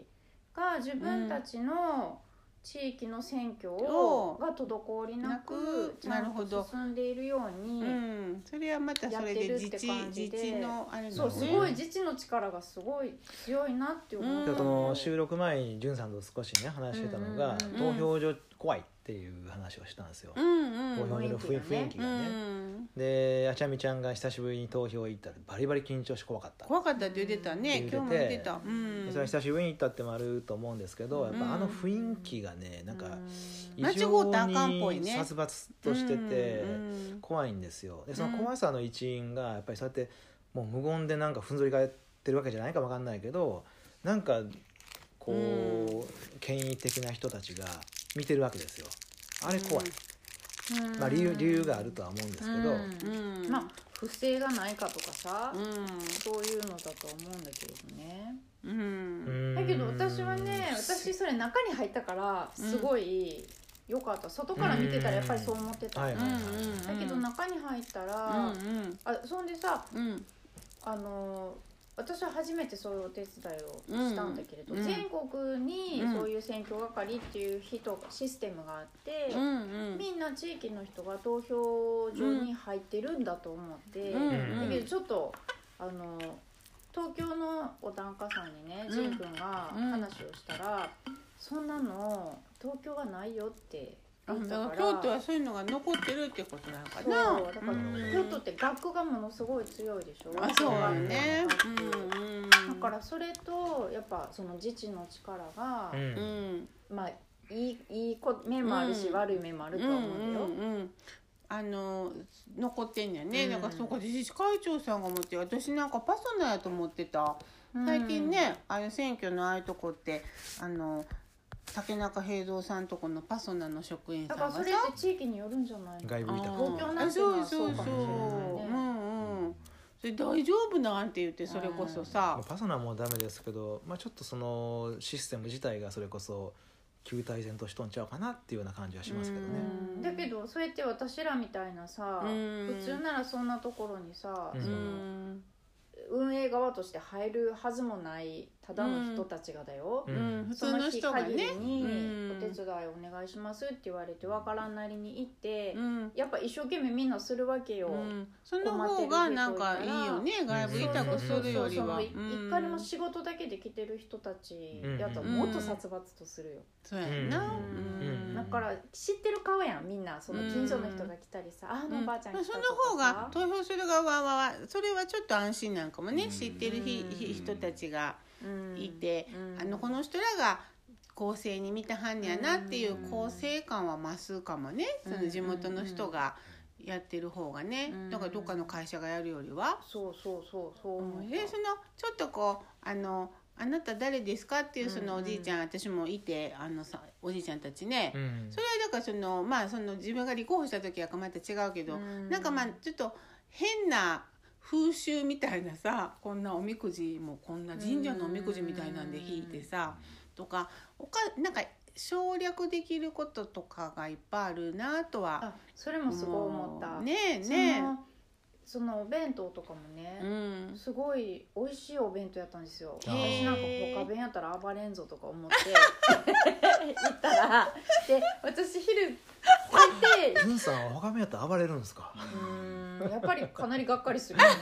S3: が自分たちの地域の選挙を、
S1: うん
S3: が滞りな
S1: な
S3: く
S1: く
S3: ちゃん
S1: なるほど
S3: と進んでいるように、
S1: ん。うん、それはまたそれで
S3: やってる
S1: 自
S3: って
S1: 治
S3: 感
S1: 自
S3: じで
S1: 治のあれなの
S3: そう
S2: なる
S3: す
S2: ほど
S3: ごい自治の力がすごい強いなって思う、
S1: うん
S4: その収録前にじゅんさんと少しね話してたのが、
S3: うん
S1: うんうん
S4: 投票所怖いっていう話をしたんですよ、
S1: うんう
S4: 投
S1: ん
S4: 票所の雰囲雰囲気
S1: う
S4: がね、
S1: ん。
S4: であちゃみちゃんが久しぶりに投票行ったらバリバリ緊張して怖かった
S1: 怖かったって言ってたね。
S4: 言うてて
S1: 今日も言ってた。う
S4: で
S1: ん。
S4: それは久しぶりに行ったってもあると思うんですけど、やっぱあの雰囲気がねなんか異
S1: 間違うたら
S4: 常
S1: あかんっぽい
S4: に
S1: ね
S4: 殺伐としてて
S1: うん
S4: 怖いんですよでそ
S1: うん
S4: の怖さの一因がやっぱりそうやってもう無言でなんかふんぞり返ってるわけじゃないかわかんないけどなんかこう、
S1: う
S4: 権威的な人たちが見てるわけですよあれ怖い、
S3: うん
S4: まあ、理由理由があるとは思うんですけど、
S1: うん
S3: う
S1: うんん。
S3: まあ不正がないかとかさ、
S1: う
S3: そういうのだと思うんだけれどね
S1: ん。うん。
S4: うん
S3: だけど私はね私それ中に入ったからすごい良かった外から見てたらやっぱりそう思ってた、
S4: はいはいはい、
S3: だけど中に入ったら、
S1: うん
S3: あそんでさ
S1: うんうん
S3: あの私は初めてそういうお手伝いをしたんだけれど、
S1: うん
S3: 全国に
S1: うん
S3: そういう選挙係っていう人がシステムがあって、
S1: うん
S3: みんな地域の人が投票所に入ってるんだと思って、
S1: うん
S4: うん
S3: だけどちょっとあの東京のお檀家さんにね
S1: うん
S3: 仁君が
S1: うん
S3: 話をしたら、そんなの東京はないよって
S1: あ
S3: 言っ
S1: だ
S3: た
S1: か
S3: からら
S1: 京都はそういうのが残ってるってことなんか
S3: そう
S1: な
S3: だから
S4: うん
S3: 京都って学区がものすごい強いでしょ
S1: あそうやね
S3: 学区
S1: うんうん
S3: だからそれとやっぱその自治の力が、
S4: うん
S1: うん
S3: まあいいいいこ面もあるし、
S1: うん
S3: 悪い面もあ
S1: う
S3: る
S1: ん
S3: とは思うんだよ、
S1: うんうんあの残ってんねんね、
S3: うん
S1: なんかそうか自治会長さんが持って私なんかパソナやと思ってた最近ね、ああいう選挙のああいうとこってあの竹中平蔵さんとこのパソナの職員さ
S3: だ
S1: ん
S3: か
S1: が
S3: ら
S1: さ
S3: それって地域によるんじゃないの
S4: 外部委託
S3: 東京なんてのはそう
S1: そ
S3: か
S1: う
S3: も
S1: そ
S3: し
S1: う
S3: れ
S1: そ
S3: な
S1: う
S3: いね
S1: うんうんそれ大丈夫なんて言ってそれこそさ
S4: まあ、パソナもダメですけど、まあ、ちょっとそのシステム自体がそれこそ球体戦としとんちゃうかなっていうような感じはしますけどね。
S1: うん
S3: だけどそうやって私らみたいなさ、
S1: うん
S3: 普通ならそんなところにさ、
S4: うん
S1: う
S3: その
S1: ん
S3: 運営側として入るはずもないただの人たちがだよ、
S4: う
S1: うん普
S3: そ
S1: 通の
S3: 日
S1: 人が
S3: 限り
S1: ね
S3: に
S1: うん
S3: お手伝いお願いしますって言われてわからんなりに行って、
S1: うん
S3: やっぱ一生懸命みんなするわけよ。
S1: うんその方がなんかいいよね外部委託するよりは
S3: そううそうそうそう一回も
S1: ん
S3: 仕事だけで来てる人たちやったらもっと殺伐とするよ、
S1: そうやんな
S4: うん
S1: うん
S3: だから知ってる顔やんみんなその近所の人が来たりさ、ああのおばあちゃん来た
S1: そ
S3: と
S1: の
S3: か
S1: 方が
S3: さ
S1: 投票する側はそれはちょっと安心なんかもね
S2: うん
S1: 知ってるひひ人たちがいて
S3: うん
S1: あのこの人らが構成に見たはんねやなっていう構成感は増すかもねその地元の人がやってる方がね
S3: うん
S1: だからどっかの会社がやるよりは。
S3: そうそうそうそう思った
S1: でそのちょっとこうあの「あなた誰ですか?」っていうそのお
S3: うんうん
S1: じいちゃん、私もいてあのさおじいちゃんたちね、
S4: うん
S1: それはだからそのまあその自分が立候補した時はまた違うけど、
S3: うん
S1: なんかまあちょっと変な風習みたいなさこんなおみくじもこんな神社のおみくじみたいなんで引いてさ、とかおかなんか省略できることとかがいっぱいあるなとは
S3: あそれもすごい思った
S1: ねえね
S3: そのそのお弁当とかも
S1: え。う
S3: ね、
S1: ん
S3: すごい美味しいお弁当やったんですよ
S4: へ
S3: 私
S4: ー
S3: なんか他弁やったら暴れんぞとか 思って行ったらで私昼 入って
S4: ジュンさんは他目やったら暴れるんですか。
S3: うーんやっぱりかなりがっかりするよね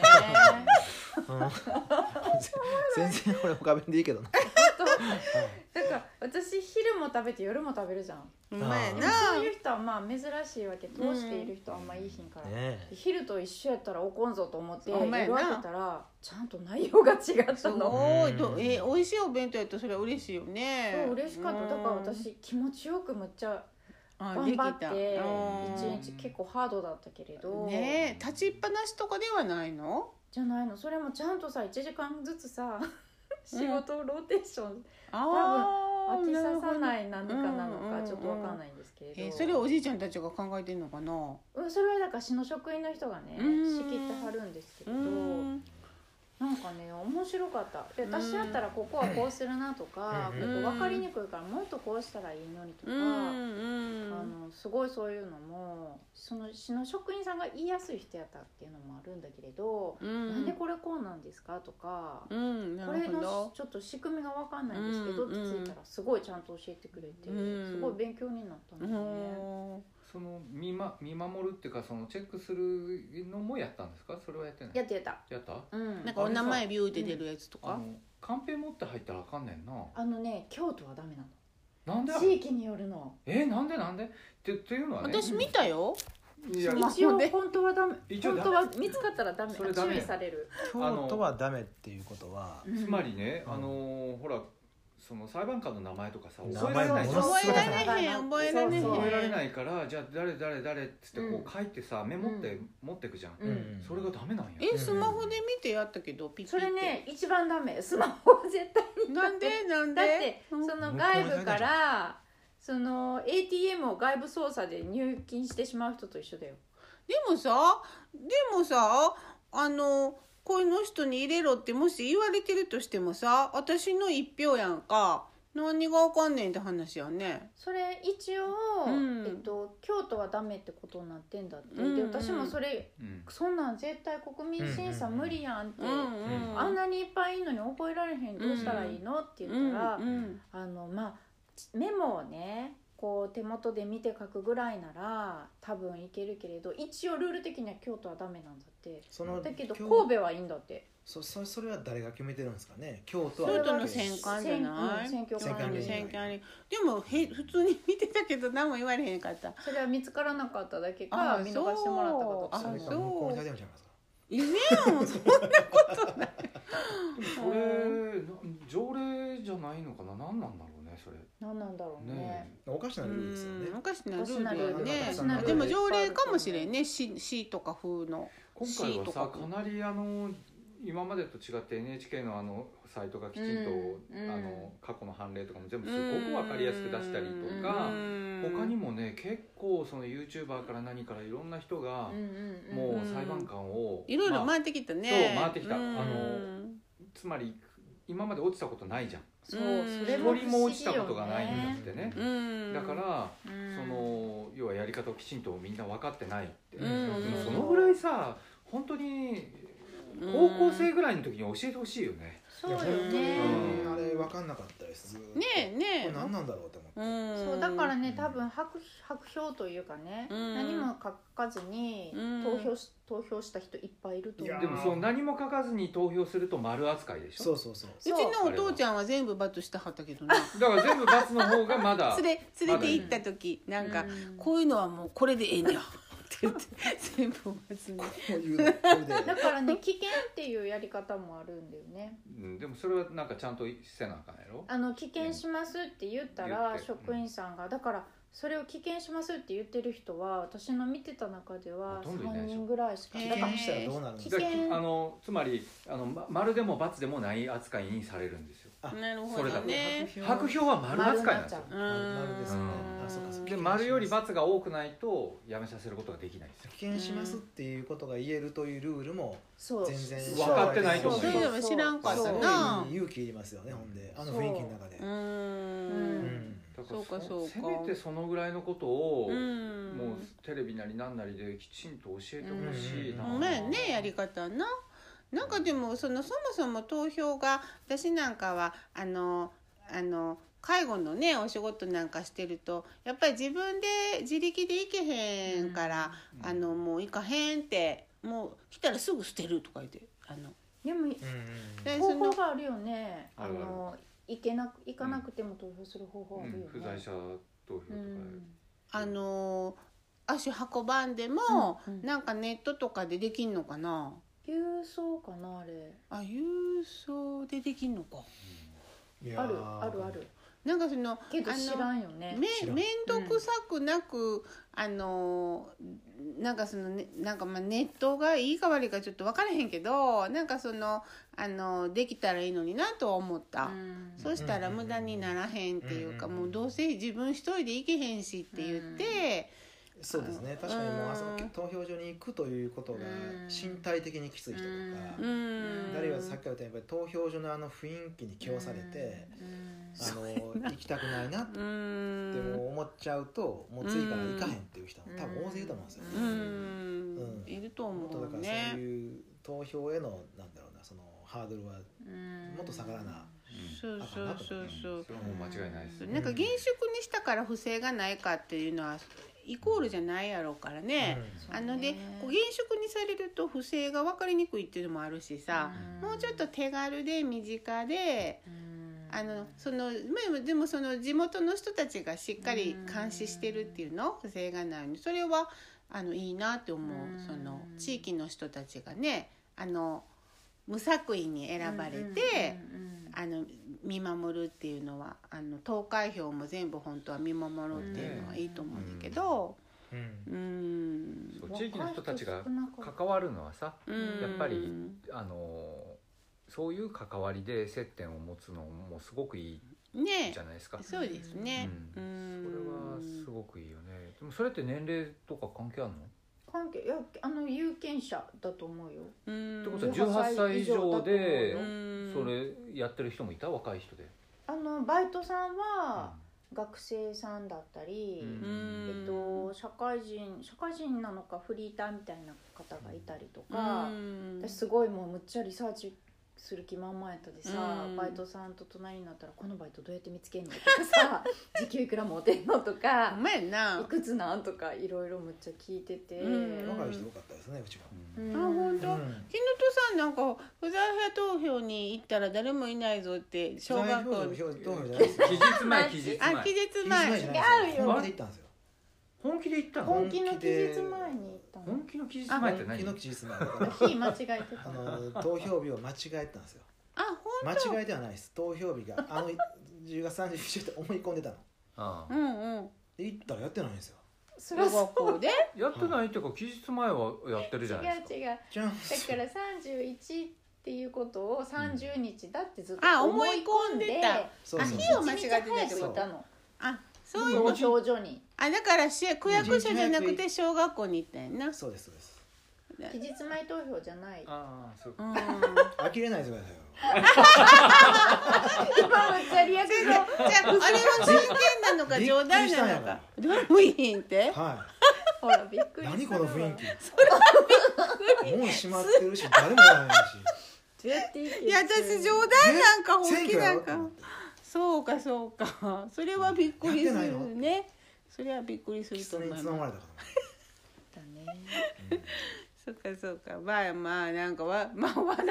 S4: 全然俺他目でいいけどな。
S3: だから私昼も食べて夜も食べるじゃん
S1: うまい
S4: あー
S1: な
S3: そういう人はまあ珍しいわけ通している人はあんまいいひんから、
S4: ねえ。
S3: 昼と一緒やったら怒んぞと思って
S1: ほ
S3: 夜
S1: んまやな
S3: 明けたらちゃんと内容が違っ
S1: す
S3: たの
S1: ごい
S4: うん
S1: とえ美味しいお弁当やとそれは嬉しいよね
S3: そう嬉しかっただから
S1: うん
S3: 私気持ちよくむっちゃ
S1: あ
S3: 頑張って
S1: できたうん
S3: 一日結構ハードだったけれど、
S1: ねえ立ちっぱなしとかではないの
S3: じゃないのそれもちゃ んとさ1時間ずつさ仕事をローテーション、
S1: あー
S3: 飽きささ
S1: な
S3: ない何かなのか、
S1: うんうんえそれをおじいちゃんたちが考えてんのかな
S3: うん、それはだから市の職員の人がね
S1: うん
S3: 仕切ってはるんですけど
S1: うん
S3: なんかね面白かったで
S1: うん
S3: 私だったらここはこうするなとかこ
S2: う
S3: こ
S2: ん
S3: 分かりにくいからもっとこうしたらいいのにと
S1: う
S3: か
S1: ん
S3: あのすごいそういうのもその市の職員さんが言いやすい人やったっていうのもあるんだけれど
S1: うん
S3: なんでこれこうなんですかとか
S1: うんな
S3: こ
S1: る
S3: れ
S1: ほ
S3: の
S1: ど
S3: ちょっと仕組みが分かんないんですけど
S1: う
S3: っ
S1: ん
S3: てついたらすごいちゃんと教えてくれて
S1: うん
S3: すごい勉強になったん
S1: う
S3: ですね。
S1: ん
S2: その見,、ま、見守るっていうかそのチェックするのもやったんですかそれはやってない
S3: やってた、
S2: やった
S3: うん
S1: なんかお名前ビューって出るやつとか
S2: あのカンペ持って入ったらあかんねんな
S3: あのね京都はダメな
S2: なんで
S3: の地域によるの
S2: えなんでなんでってっていうのはね
S1: 私見たよ
S2: いや
S1: スマ
S3: 一
S1: ホ
S3: 応
S1: で
S3: 本当はダメ
S2: 一応
S3: 本
S2: ダメ
S3: 当は見つかったらダメ
S2: それダメ
S3: 注意される
S4: 京都はダメっていうことは
S3: うん
S2: つまりね、
S4: うん
S2: あのーほらその裁判官の名前とかさ
S4: 名
S2: 覚えら
S4: 前
S2: れないじゃん
S4: もの
S1: 覚えられへん覚え
S4: すごい
S1: られへん
S3: そうそう
S2: 覚えられないからじゃあ誰誰誰っつってこ
S3: うん
S2: う書いてさ、メモって持ってくじゃん、
S3: うん
S4: うん
S2: それがダメなんや
S1: えスマホで見てやったけどピッピ
S3: そ
S1: って
S3: れね一番ダメスマホは絶対
S1: なんでなん
S3: だっ
S1: で
S3: てその外部からその ATM を外部操作で入金してしまう人と一緒だよ
S1: でもさでもさあのこの人に入れろってもし言われてるとしてもさ私の一票やんか何がわかんねんって話やね
S3: それ一応、
S1: うん
S3: えっと、京都はダメってことになってんだって、
S1: うんう
S3: で
S1: ん
S3: 私もそれ
S2: うん
S3: そんなん絶対国民審査無理やんって、
S1: うんうん、
S3: あんなにいっぱいいるのに覚えられへんどうしたらいいのって言ったら、
S1: うんうん
S3: あのまあメモをねこう手元で見て書くぐらいなら多分いけるけれど一応ルール的には京都はダメなんだって
S4: その
S3: だけど
S4: 京
S3: 神戸はいいんだって
S4: そそそれは誰が決めてるんですかね京都は
S1: 京都の
S4: 選
S1: 選
S4: 挙
S1: 管じゃない
S3: 選うん選挙
S4: 管理
S1: 選挙管理でもへ普通に見てたけど何も言われへんかった
S3: それは見つからなかっただけ
S1: あ
S3: か
S1: あ
S3: 見逃してもらったこと
S1: あ
S4: それ
S1: そ
S4: か
S1: う
S4: 向こうに立てるんじゃないですか
S1: いねえもんそんなことない
S2: でもそれな条例じゃないのかな何なんだろうねそれ
S3: 何なんだろうね
S2: ね
S4: おかしなルールですよね
S1: うんおかしなルールよ
S4: おか
S1: ね
S4: しなルール
S1: でも条例かもしれんね市市とか風の
S2: 今回は
S1: C と
S2: さ
S1: か
S2: かなりあの今までと違って NHK のあのサイトがきちんと、
S3: うん
S2: あの過去の判例とかも全部すごく分かりやすく出したりと
S1: う
S2: か
S1: ん
S2: 他にもね結構その YouTuber から何からいろんな人が
S3: うんうんうん
S2: もう裁判官を
S1: いろいろ
S2: まあ
S1: 回ってきたね、
S2: そう回ってきた
S1: うん
S2: あのつまり今まで落ちたことないじゃん
S3: そう
S1: うん
S3: それ
S2: 一
S3: も
S2: 人も落ちたことがない
S3: 不思
S2: ん
S3: 議よね
S2: だって
S1: う
S2: ね
S1: ん
S2: だから
S3: うん
S2: その要はやり方をきちんとみんな分かってないって
S1: うん
S2: でもそのぐらいさ本当に高校生ぐらいの時に教えてほしいよね
S3: そうよ
S4: い
S3: ね
S4: や
S2: う
S4: 本
S2: ん
S4: 当にあれ分かんなかったですずーっと
S1: ねえね
S4: こ
S1: え
S4: れ何なんだろうと思って、
S1: うん
S3: そうだからね多分白白票というかね、
S1: うん
S3: 何も書かずに
S1: うん
S3: 投票し、投票した人いっぱいいると
S4: い
S3: 思
S4: や
S3: う
S4: ー
S2: でもその何も書かずに投票すると丸扱いでし
S4: そ
S2: ょ
S4: うそうそう
S1: うちのお父ちゃんは全部バツしたはったけどな
S2: だから全部罰の方が まだ
S1: 連れ連れて行った時なんか、こういうのはもうこれでええんやって言って全部罰に
S4: こういうのこれで
S3: だからね 危険っていうやり方もあるんだよね
S2: うんでもそれはなんかちゃんとせなあかんやろ
S3: あの危険しますって言った
S2: 言
S3: ら
S2: って
S3: 職員さんがだからそれを危険しますって言ってる人は私の見てた中では
S2: ほとんどいない
S3: 3
S2: でしょ
S3: 人ぐらいしか
S1: へー
S4: 危険したらどうなるんです
S2: だ
S4: か
S2: から
S3: 危険
S2: あのつまりあのま丸でも罰でもない扱いにされるんですよ
S4: あ
S1: なるほ
S2: それ
S1: ど
S2: だ
S1: ね
S2: 白票は丸扱いなんですよ
S3: 丸になっちゃう
S4: 丸ですね
S1: うん
S4: あそうかそうか
S2: で丸より罰が多くないとやめさせることができないんですよ
S4: 危険しますっていうことが言えるというルールも
S3: そう
S4: 全然
S2: 分かってないと思う
S1: そういうのも知らんかった
S4: すご
S1: ない
S4: 勇気いりますよねほんであの雰囲気の中で
S1: う
S4: うんん
S2: だ
S1: そうかそうか
S2: せめてそのぐらいのことを、
S1: うん
S2: もうテレビなりなんなりできちんと教えてほしいな、
S4: うん
S1: まあねやり方ななんかでもそのそもそも投票が私なんかはあのあの介護のねお仕事なんかしてるとやっぱり自分で自力で行けへんから、
S2: うん
S1: あのもう行かへんってもう来たらすぐ捨てるとか言ってあの
S3: でも
S1: で
S3: 方
S1: その
S3: 法があるよね
S2: あ
S3: あ
S2: るある
S3: の行けなく行かなくても投票する方法あるよね、
S2: うん不在者投票とか、
S3: うん
S1: あの足運ばんでも、
S3: うんうん
S1: なんかネットとかでできんのかな
S3: 郵送かなあれ
S1: あ郵送でできんのか
S4: いやー
S3: あるあるある
S1: なんかその
S3: けど知らんよね
S1: め
S4: 知らん
S1: 面倒くさくなく、あのなんかそのねなんかまあネットがいいか悪いかちょっと分からへんけどなんかそのあのできたらいいのになとは思った、
S3: うん
S1: そしたら無駄にならへんっていうか、
S4: うん
S1: もうどうせ自分一人で行けへんしって言って、
S4: そうですね確かにもう朝
S1: うん
S4: 投票所に行くということが
S3: うん
S4: 身体的にきつい人と
S1: う
S4: か
S1: ん、
S4: あるいはさっきから言ったようにやっぱり投票所のあの雰囲気に気をされて
S3: うん
S4: あの行きたくないなっ
S1: う
S4: て
S1: ん
S4: もう思っちゃうともう次から行かへんっていう人も多分大勢いると思うんですよね
S1: う
S3: うん
S1: んいると
S4: もっと
S1: 思
S4: だ
S1: う
S4: から
S1: ね
S4: そう。いう投票へのなんだろうなそのハードルは
S3: うん
S4: もっと下がらな
S1: そうそうそうそう。
S2: それはもう間違いないです
S1: なんか厳粛にしたから不正がないかっていうのはイコールじゃないやろうからね。
S3: そう
S1: あので
S3: ね
S1: こう厳粛にされると不正が分かりにくいっていうのもあるしさ、もうちょっと手軽で身近で。
S3: うん
S1: あのそのまあでもその地元の人たちがしっかり監視してるっていうの不正がないようにそれはあのいいなって思う
S3: うん
S1: その地域の人たちがねあの無作為に選ばれて、
S3: うん
S1: あの見守るっていうのはあの投開票も全部本当は見守ろうっていうのはいいと思うんだけど、うん、うん
S2: そう地域の人たちが
S3: 若い人少なかった
S2: 関わるのはさ
S1: うん
S2: やっぱりあのーそういう関わりで接点を持つのもすごくいい
S1: ね
S2: じゃないですか、
S1: そうですね、う、
S2: うんそれはすごくいいよねでもそれって年齢とか関係あるの、
S3: 関係いやあの有権者だと思うよ
S1: うん
S2: ってこと
S3: で
S2: は
S3: 十八
S2: 18歳以上で
S3: う
S2: それやってる人もいた若い人で、
S3: あのバイトさんは学生さんだったり、
S2: うん
S1: うん
S3: えっと、社会人社会人なのかフリーターみたいな方がいたりとか
S1: う、ん
S3: 私すごいもうむっちゃリサーチする気満々やったでさ、
S1: うん
S3: バイトさんと隣になったら「このバイトどうやって見つけんの?」とか さ「時給いくら持てんの?」と
S1: ほん
S3: か
S1: まや
S3: 「
S1: ない
S3: くつなん?」とかいろいろむっちゃ聞いてて、
S1: うん
S4: 若い人多かったですねうちは。
S2: うん
S1: あ本当
S4: う
S1: うん木本さんなんか不在票投票に行ったら誰もいないぞって小学校
S4: 投票じゃないですよ
S2: 期日前期日
S1: あ
S2: 前
S1: 期日
S4: 期
S1: 前
S4: 日
S3: 違うよ
S4: 本気で行ったんですよ
S2: 本気で行ったの
S3: 本気の期日前に行ったの
S2: 本気の期日前って
S4: 本
S2: 何
S4: 気の期日前だから
S3: 日間違えてた
S4: あ
S3: の
S4: の投票日を間違えたんですよ
S1: あほ
S4: 間違えではないです投票日があの10月31日って思い込んでたの
S2: あ
S1: んうんうん
S4: で行ったらやってないんですよ
S3: そ
S1: 小
S3: れは
S1: 学
S3: そう
S1: 校で
S2: あやってないっていうか期日前はやってるじゃないですか
S3: 違う違う
S4: じゃん
S3: だから31っていうことを30日だってずっ
S1: あ
S3: と
S1: 思
S3: 思
S1: い
S3: い
S1: 込
S3: 込
S1: ん
S3: ん
S1: で
S3: で
S1: た
S4: そうそう
S1: あ
S4: そ
S1: 火
S4: う
S1: を間違えてたって
S3: 一日早く行ったの
S1: あそういう
S3: 投票所に
S1: あだから市区役所じゃなくて小学校に行ったんやな。う
S4: そうですそうです
S3: 期日前投票じゃない
S2: ああそうか
S1: ん、
S4: 呆れないでくださいよ
S3: 今むっちゃリアク
S1: じ
S3: シ
S1: ゃ
S3: ョン
S1: ああれは真剣なのか
S4: び
S1: 冗談なのか。どういいんって。
S4: は
S3: ほらびっく
S4: い
S3: りするわ
S4: 何この雰囲気もう閉まってるし誰も来ないし
S3: どうやっていけ
S1: いや私冗談なんか
S4: 選
S1: 本気
S4: 挙
S1: な
S4: やろ
S1: ん
S4: うと
S1: か
S4: 思って
S1: そうかそうかそれはびっくりす
S4: やってない
S1: る
S4: の
S1: ねそれはびっくりする
S4: キ
S1: と
S4: ツ
S1: 思
S4: ネ
S1: いま
S4: につ
S1: す
S4: ままれたか
S3: だね
S4: と思
S1: そうかそうかまあまあなんかわ、 まあ、笑い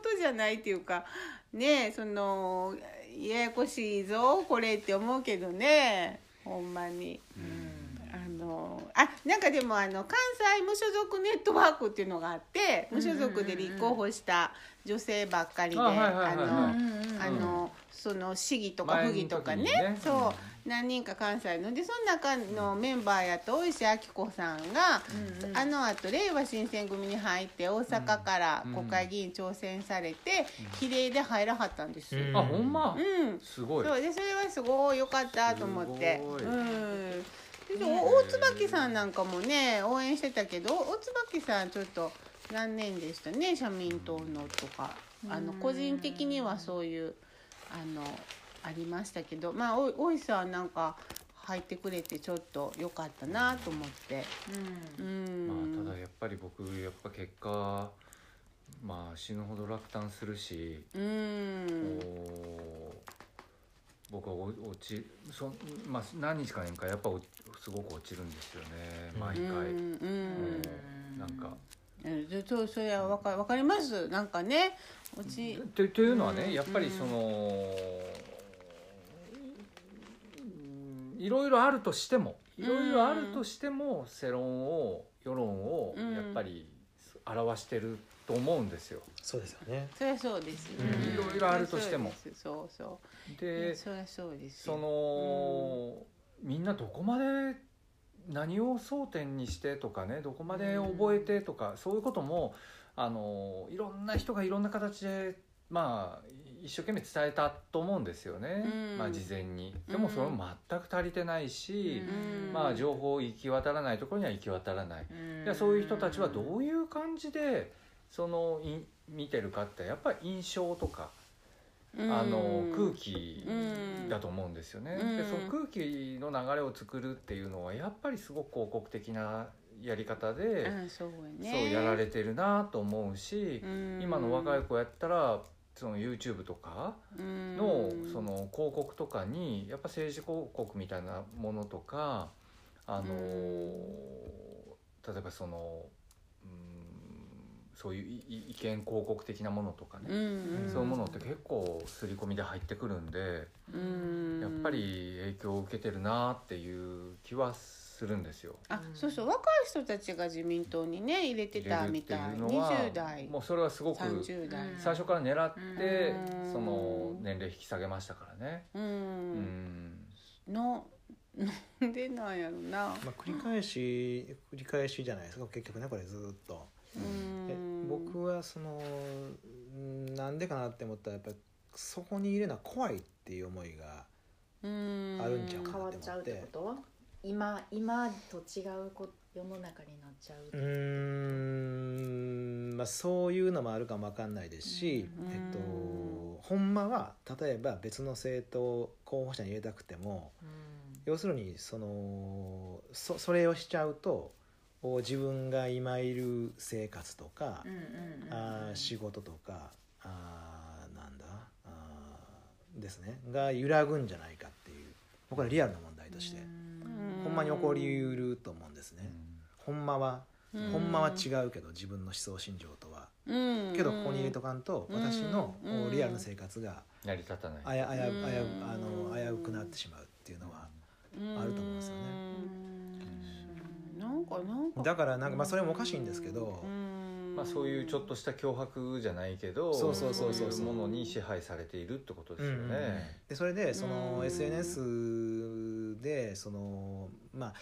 S1: 事じゃないっていうかねえそのややこしいぞこれって思うけどねほんまに。あのあなんかでもあの関西無所属ネットワークっていうのがあって無所属で立候補した女性ばっかりで
S2: あはいはいはい
S1: あ
S2: はい
S1: の
S2: うん
S1: あのその市議とか府
S2: 前の時
S1: 議とかね
S2: にね
S1: そうう何人か関西のでその中のメンバーやった大石明子さんが、あのあと令和新選組に入って大阪から
S2: うん
S1: 国会議員挑戦されて、比例で入らはったんですよ。
S4: う
S2: あほんま
S1: うん
S2: すごい
S1: そうでそれはすごい良かったと思って
S2: す
S1: う
S2: ご
S1: ん
S2: い
S1: で
S2: ね
S1: お大椿さんなんかもね応援してたけど大椿さんちょっと残念でしたね社民党のとかあの
S3: うん
S1: 個人的にはそういうあのありましたけどまあお大石さんなんか入ってくれてちょっと良かったなと思ってう
S2: まあ、
S1: ん、
S2: ただやっぱり僕やっぱ結果まあ死ぬほど落胆するし、
S1: うん
S2: こう僕はお落ちそ、まあ、何日かにかやっぱおすごく落ちるんですよね毎
S1: う
S2: 回、
S1: んうん
S2: うんなんか
S1: うんそうそれはわかわかりますなんかねうち
S2: とというのはね、
S1: うん
S2: やっぱりその、うんいろいろあるとしてもいろいろあるとしても世論を世論を
S1: うん
S2: やっぱり表してると思うんですよ。
S4: そうですよね
S1: そりゃそうですよね
S2: うんいろいろあるとしても
S1: そうそうそうい
S2: で
S1: やそりゃそうですよ
S2: そのみんなどこまで何を争点にしてとかねどこまで覚えてとかそういうこともあのいろんな人がいろんな形でまあ一生懸命伝えたと思うんですよね
S1: うん
S2: まあ事前に。でもそれも全く足りてないし
S1: うん
S2: まあ情報行き渡らないところには行き渡らない。でそういう人たちはどういう感じでそのい見てるかってやっぱり印象とか
S1: うん
S2: あの空気
S1: うん
S2: だと思うんですよね。
S1: うん
S2: でその空気の流れを作るっていうのはやっぱりすごく広告的なやり方で、
S1: うんそうやね
S2: そうやられてるなと思うし、
S1: うん
S2: 今の若い子やったらその YouTube とかの
S1: うん
S2: その広告とかにやっぱ政治広告みたいなものとかあの
S1: うん
S2: 例えばそのうんそういういい意見広告的なものとかね、
S1: うん
S2: そういうものって結構刷り込みで入ってくるんで、
S1: うん
S2: やっぱり影響を受けてるなっていう気はするんですよ。
S1: あそうそう若い人たちが自民党にね入れてたみたい
S2: 入れるっていうのは
S1: 20代
S2: もうそれはすごく
S1: 30代
S3: うん
S2: 最初から狙って
S1: うん
S2: その年齢引き下げましたからね。
S1: う
S2: うんん
S1: のなんでなんやろな
S4: まあ繰り返し繰り返しじゃないですか結局ねこれずっと
S1: うん
S4: え僕はそのうんなんでかなって思ったらやっぱりそこにいるのは怖いっていう思いが
S1: うん
S4: あるんちゃう
S3: 変わっちゃうってこと今今と違うこ世の中になっちゃ
S4: う
S3: う、
S4: ーんまあそういうのもあるかもわかんないですし、
S1: うん
S4: えっと
S1: うん
S4: ほんまは例えば別の政党候補者に入れたくても要するにそのそそれをしちゃうとお自分が今いる生活とか、
S3: うんうんうん
S4: あー仕事とかあーなんだあーですねが揺らぐんじゃないかっていう僕はリアルな問題として、
S1: うん
S4: ほんまに起こりうると思うんですね、ほんまは、
S1: うん
S4: ほんまは違うけど自分の思想信条とは、
S1: うん
S4: けどここに入れとかんと、
S1: うん
S4: 私の
S1: うん
S4: おリアルな生活が
S2: 成り立たな
S4: あ
S2: い。
S4: やあやあやあ
S1: うん
S4: の危うくなってしまうっていうのはあると思うんですよね
S1: うんなんかなんか
S4: だからなんかまあそれもおかしいんですけど
S1: うん
S2: まあそういうちょっとした脅迫じゃないけど、
S4: そう
S1: そうそうそう
S2: いうものに支配されているってことですよ
S4: うんうんうん
S2: ね。
S4: でそれでその
S1: うん
S4: SNS でそのまあ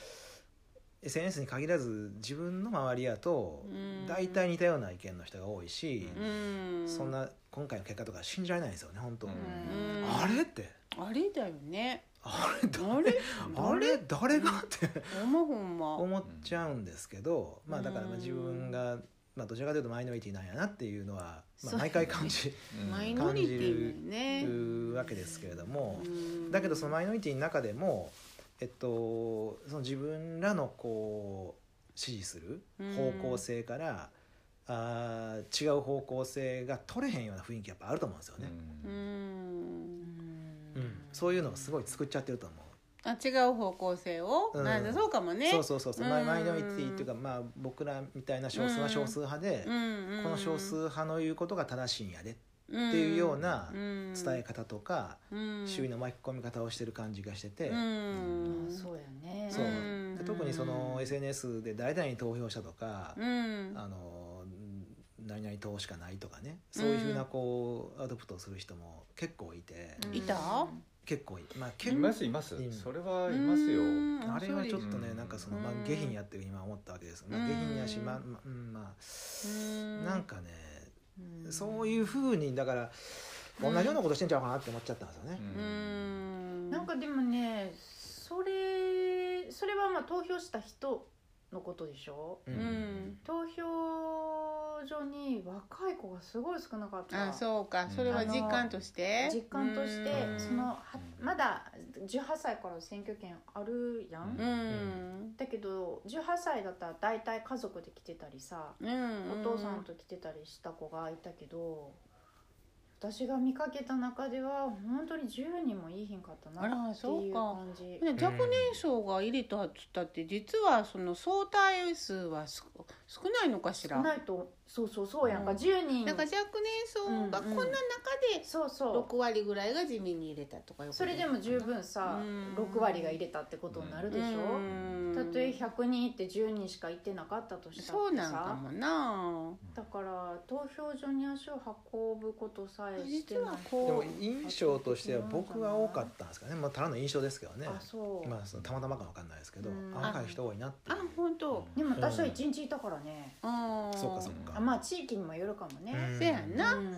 S4: SNS に限らず自分の周りやと
S1: うん
S4: 大体似たような意見の人が多いし、
S1: うん
S4: そんな今回の結果とか信じられないんですよね本当、
S2: うん
S1: うん
S4: あれって
S1: あれだよ ね
S4: あれ
S1: あ
S4: 誰
S1: れ
S4: あれ誰がって
S1: ほんまほんま
S4: 思っちゃうんですけど、まあだからまあ
S1: うん
S4: 自分が、まあ、どちらかというとマイノリティなんやなっていうのは、
S1: そ
S4: まあ、
S1: う
S4: 毎回感じ
S2: うん
S1: マイノリティだよね
S4: るわけですけれども、
S1: うん
S4: だけどそのマイノリティの中でも、えっと、その自分らのこう支持する方向性から、あー違う方向性が取れへんような雰囲気やっぱあると思うんですよね、
S1: う
S2: うん
S1: ん
S4: うんそういうのがすごい作っちゃってると思う。
S1: あ違う方向性を、
S4: うん
S1: なんだそうかもね
S4: そうそうそうそう、まあ
S1: うん
S4: マイノリティっていうか、まあ、僕らみたいな少数
S1: うん
S4: な少数派で、
S1: うんうん
S4: この少数派の言うことが正しいんやでってていうよう
S1: な
S4: な
S1: 伝
S4: 伝え方とか、
S1: うん、
S4: 周囲の巻き込み方をしてる感じがしてて、
S1: うん
S3: あそうやね
S4: そう
S1: うん
S4: で特にその SNS で誰々に投票したとか、
S1: うん
S4: あの何々党しかないとかねそういうふうなこうアドプトをする人も結構いて、
S1: いた
S4: 結構いまあ
S2: い
S4: 結構
S2: ますいます
S4: う。ん
S2: それはいますよ。
S1: うん
S4: あれはちょっとね
S2: うん
S4: なんかその、まあ
S1: うん、
S4: 下品やって今思ったわけです、ま
S1: う
S4: あ、
S1: ん
S4: 下品やしまあ、まあうんま
S1: そうです
S4: あ、
S1: う
S4: なんかね
S3: うん
S4: そういうふうにだから
S1: う
S4: 同
S1: ん
S4: じようなことしてんちゃうかなって思っちゃったんですよね
S2: う。
S1: うんん
S3: なんかでもねそれそれはまあ投票した人のことでしょ
S1: う
S4: うん
S1: ん
S3: 投票所に若い子がすごい少なかった
S1: あそうかそれは実感として
S3: 実感として
S1: うん
S3: そのはまだ18歳から選挙権あるやん、
S2: う
S1: うん
S3: だけど18歳だったら大体家族で来てたりさ、
S1: うん
S3: お父さんと来てたりした子がいたけど私が見かけた中では本当に10人もいいひんかった
S1: あ
S3: な
S1: ら
S3: って
S1: そうか
S3: いう感じ
S1: ね若年層が入れたっつったって実はその相対数はす少ないのかしら。
S3: 少ないとそうそうそうやんか、
S2: うん
S3: 10人
S1: なんか若年層がこんな中で
S3: そうそう
S1: 6割ぐらいが地味に入れたとかよく
S3: それでも十分さ、
S1: うん
S3: 6割が入れたってことになるでしょ、
S1: うん
S3: たとえ100人いって10人しか行ってなかったとしたっ
S1: そう
S3: て
S1: なんか
S3: さ
S1: もな
S3: だから投票所に足を運ぶことさえして
S1: 実
S3: ない
S1: は
S4: で
S1: こ
S4: も
S1: う
S4: 印象としては僕は多かったんですかね、まあ、ただの印象ですけどね
S3: あそう、
S4: まあそのたまたまかわかんないですけど、
S3: うん
S4: あ若い人多いなってい
S1: あ
S4: う
S1: 本当
S3: でも私は1日いたからね、
S1: うん
S4: そうかそうか
S3: あまあ地域にもよるかも
S4: う
S3: ね、
S4: ん
S1: せやな
S3: うん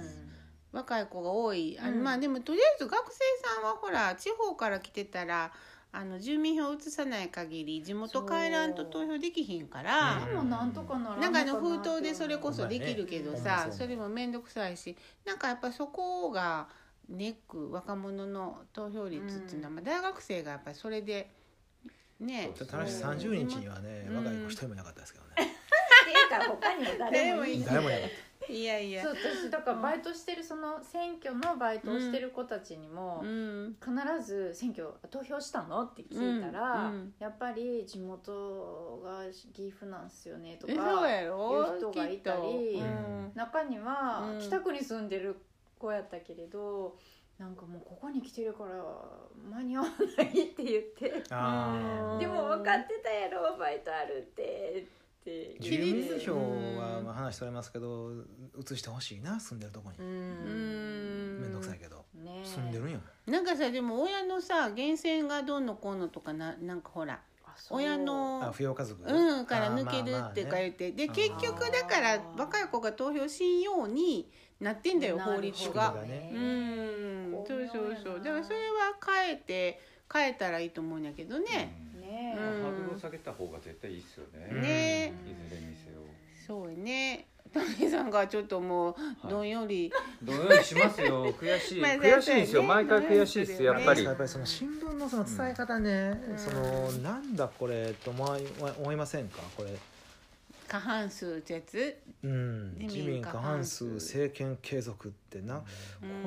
S1: 若い子が多いあの、
S3: うん
S1: まあでもとりあえず学生さんはほら地方から来てたらあの住民票移さない限り地元帰らんと投票できひんから
S4: う
S3: でもなんとかなら
S1: なんかあの
S3: かな
S1: 封筒でそれこ
S4: ほ
S1: そ
S4: んま
S1: で
S4: やね
S1: きるけど
S3: ほん
S4: ま
S1: さ
S4: そう
S1: それも面倒くさいしなんかやっぱそこがネック若者の投票率っていうのは、まあ大学生がやっぱりそれでね
S4: ちょっと話
S3: そう
S4: 30日にはね
S1: うん
S4: 若い子一人もいなかったですけどね、
S3: っていうか他にも誰もい
S1: うん
S3: ない
S4: 誰もいなかっ
S1: いやい
S3: そう私だからバイトしてるその選挙のバイトをしてる子たちにも、
S1: うん
S3: 必ず選挙投票したのって聞いたら、
S1: うんうん
S3: やっぱり地元が岐阜なんすよねと
S1: えそう
S3: か
S1: やろ
S3: いう人がいたり
S1: きっと
S4: うん
S3: 中には
S1: うん
S3: 北区に住んでる子やったけれど、なんかもうここに来てるから間に合わないって言って
S4: たあ
S1: うん
S4: あ
S3: でも分かってたやろバイトあるってって
S1: 自
S4: 住
S1: 立
S3: 言
S4: 民
S3: って
S4: 票はまあ話それますけど移してほしいな住んでるとこ
S3: う
S4: に
S1: うん
S3: ん
S4: 面倒くさいけど
S3: ねえ
S4: 住んでるんよ
S1: なんかさでも親のさ源泉がどうのこうのとかななんかほら
S3: あそう
S1: 親
S4: あ
S1: の
S4: 扶養家族
S1: うんから抜け
S4: あー
S1: る
S4: まあまあ
S1: って
S4: ね
S1: か言ってで
S4: あー
S1: 結局だから若い子が投票しんようになってんだよ
S3: なるほど
S1: 法律
S4: が
S1: が。
S4: ね
S1: う
S3: うん
S1: んそうそうそう
S3: 巧妙やな
S1: だからそれは変えて変えたらいいと思うんやけどね。
S3: ね
S1: う
S3: え、
S1: ん
S5: ハードルを下げた方が絶対いいっすよ
S4: うん
S5: ね。
S1: ね
S5: いずれにせよ。
S1: そうねタミさんがちょっともうどんより
S2: どのようにしますよ悔し い
S1: まあ
S2: 悔しいですよ
S1: そうやね
S2: 毎回悔しいですよやっぱり
S4: やっぱりその新聞のその伝え方ね、
S1: うん
S4: そのなんだこれと思い思いませんかこれ、
S1: 過半数ってやつ。
S4: うん、
S1: 自民
S4: 自民過半数
S1: 過半数
S4: 政権継続ってな、こ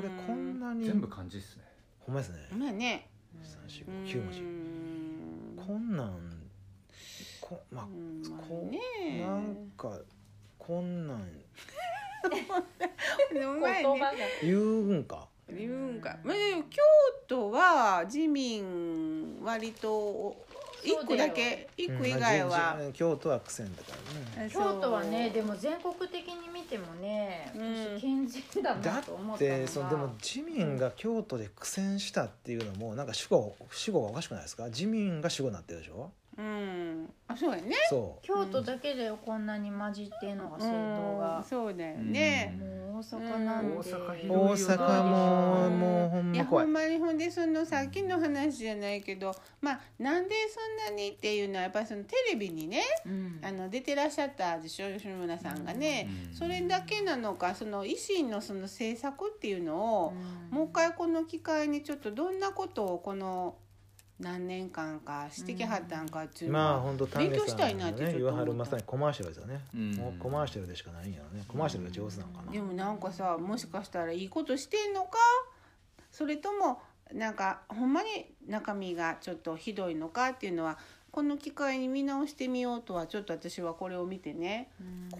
S4: れこんなに
S2: 全部漢字ですね
S4: ほんまですね
S1: まあね。
S4: 3 4
S1: う
S4: 5
S1: ん
S4: 9文字こんなんこまあ
S1: うんまあ
S4: こう
S1: ね
S4: なんかこんなん
S1: う
S3: 言
S1: まいね
S3: 葉が
S4: 言うんか
S1: 自分がまあでも京都は自民割とお一
S3: そうだよ
S1: 個だけ一
S4: うん
S1: 個以外
S4: まあ
S1: は
S4: じじ京都は苦戦だからね
S1: そう
S3: 京都はねでも全国的に見てもね、
S1: うん
S3: 私健全だ
S4: だ
S3: なと思
S4: っ
S3: ったのが
S4: てそのでも自民が京都で苦戦したっていうのもなんか主語主語がおかしくないですか自民が主語になってるでしょ
S1: うんあそうやね
S4: そう
S3: 京都だけでこんなに混じってんのが
S1: う
S3: 政党
S1: ん
S3: が、
S1: そうだよね
S3: もう大阪なんで、
S2: うん大阪広い
S4: 大阪も
S1: うん
S4: もうほん
S1: いやほ
S4: ま怖い
S1: んまにほんでそのさっきの話じゃないけどまあなんでそんなにっていうのはやっぱりそのテレビにね
S3: うん
S1: あの出てらっしゃったでしょ吉村さんがね
S2: うん
S1: それだけなのかその維新のその政策っていうのを、
S3: うん
S1: もう一回この機会にちょっとどんなことをこの何年間かしてきはったんかっていうの
S4: まあ
S1: は、
S4: 本当丹下
S1: 勉強した
S4: さ
S1: い
S4: ん
S1: な
S4: の
S1: ってちょっ
S4: ね
S1: と
S4: 言わはる
S1: 思
S4: ま
S1: った
S4: さにコマーシャルですよね、
S2: うん
S4: もうコマーシャルでしかないんやろねコマーシャルが上手なのかな、
S1: でもなんかさもしかしたらいいことしてんのかそれともなんかほんまに中身がちょっとひどいのかっていうのはこの機会に見直してみようとはちょっと私はこれを見てね、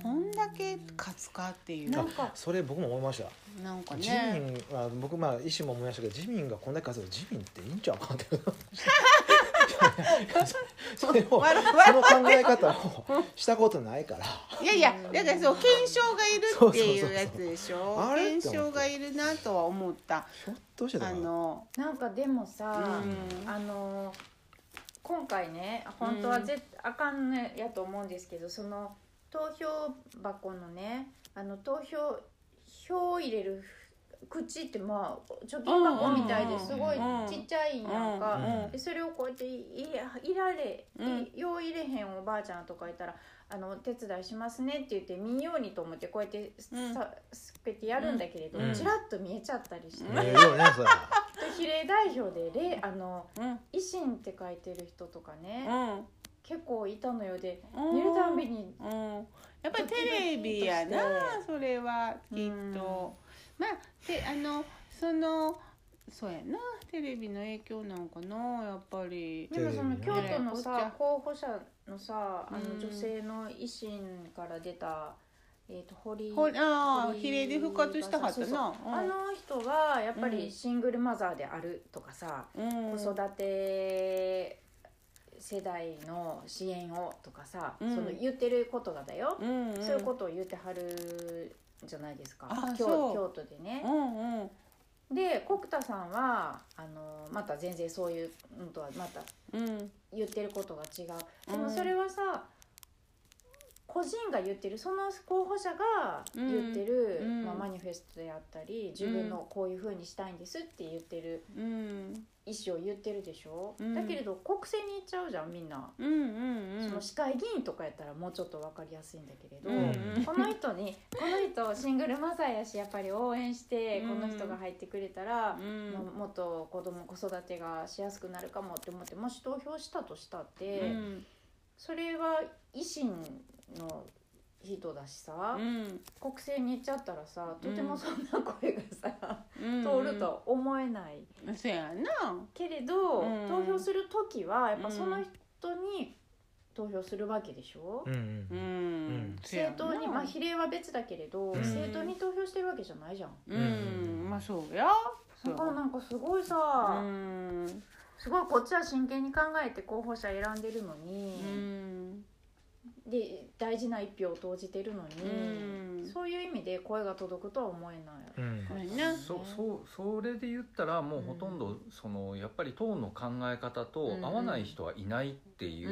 S1: こんだけ勝つかっていう
S3: な
S1: なん
S3: か
S4: それ僕も思いました、
S1: んか
S4: 自
S1: ね
S4: 民は僕まあ意思も思いましたけど自民がこんだけ数自民っていいんちゃうか ってそれを
S1: わら
S4: その考え方をしたことないから
S1: いやいやだからそう検証がいるっていうやつでし
S4: そうそうそうそ
S1: ょ
S4: うあれ
S1: 検証がいるなとは思った
S4: ひょっとしてだ
S1: あ
S4: から
S1: の
S3: なんかでもさ、
S1: うん
S3: あの今回ね本当はぜ、あかんねやと思うんですけどその投票箱のねあの投票票を入れる口ってまあ貯金箱みたい
S1: うん
S3: で
S1: うんうん
S3: すごいちっちゃいんやんか、
S4: うん
S3: でそれをこうやっていいられ、い
S1: うん
S3: よう入れへんおばあちゃんとかいたら「あのお手伝いしますね」って言って見んようにと思ってこうやってさ、
S1: うん
S3: すっぺてやるんだけれど、
S2: うん
S3: ちらっと見えちゃったりして、
S4: 見えるよねそれは
S3: 比例代表でれあの
S1: うん
S3: 維新って書いてる人とかね、
S1: うん
S3: 結構いたのよで
S1: うん
S3: 見るたんびに
S1: うん、やっぱりテレビやな
S3: ドキドキとし
S1: それはきっと、まあであのそのそうやなテレビの影響なんかなやっぱり
S3: でもその
S4: テ
S3: 京
S4: レビね
S3: 都の
S1: ね
S3: さ候補者のさあ
S1: う
S3: の
S1: ん
S3: 女性の維新から出た、えー、と堀
S1: ほああ
S3: 堀
S1: 比例で復活したはった
S3: そうそう
S1: な
S3: あの人はやっぱ
S1: うん
S3: りシングルマザーであるとかさ、
S1: うん
S3: 子育て世代の支援をとかさ、
S1: うん
S3: その言ってることがだよ、
S1: うんうん
S3: そういうことを言ってはるじゃないですか
S1: あ
S3: 京
S1: そう
S3: 京都でね
S1: う。んうん
S3: で国田さんはあのまた全然そういうのとはまた
S1: うん
S3: 言ってることが違うで
S1: う
S3: も
S1: ん
S3: それはさ、個人が言ってるその候補者が言ってる、
S1: うん
S3: まあ、マニフェストであったり自分のこういうふうにしたいんですって言ってる
S1: うん
S3: 意思を言ってるでしょ、
S1: うん
S3: だけれど国政に行っちゃうじゃんみんな、
S1: うんうんうん
S3: その市会議員とかやったらもうちょっと分かりやすいんだけれど、
S1: うん
S3: この人にこの人シングルマザーやしやっぱり応援して
S1: うん
S3: この人が入ってくれたら、
S1: うん
S3: まあもっと子供子育てがしやすくなるかもって思ってもし投票したとしたって、
S1: うん
S3: それは維新の人だしさ、
S1: うん
S3: 国政に行っちゃったらさとてもそんな声がさ、
S1: うん
S3: 通るとは思えない
S1: そうやな
S3: けれど、
S1: うん
S3: 投票する時はやっぱその人に投票するわけでしょ、
S4: うんう
S1: うんんそうやな
S3: 政党にまあ比例は別だけれど、
S4: うん
S3: 政党に投票してるわけじゃないじゃん、
S1: うんまあそうやそう
S3: だからなんかすごいさ、
S1: うん
S3: すごいこっちは真剣に考えて候補者選んでるの
S1: う
S3: に、
S1: ん
S3: で大事な一票を投じてるのに、
S1: うん
S3: そういう意味で声が届くとは思えない、
S4: うん
S1: そうやな
S2: そそうそれで言ったらもうほとんどそのやっぱり党の考え方と合わない人はいないってい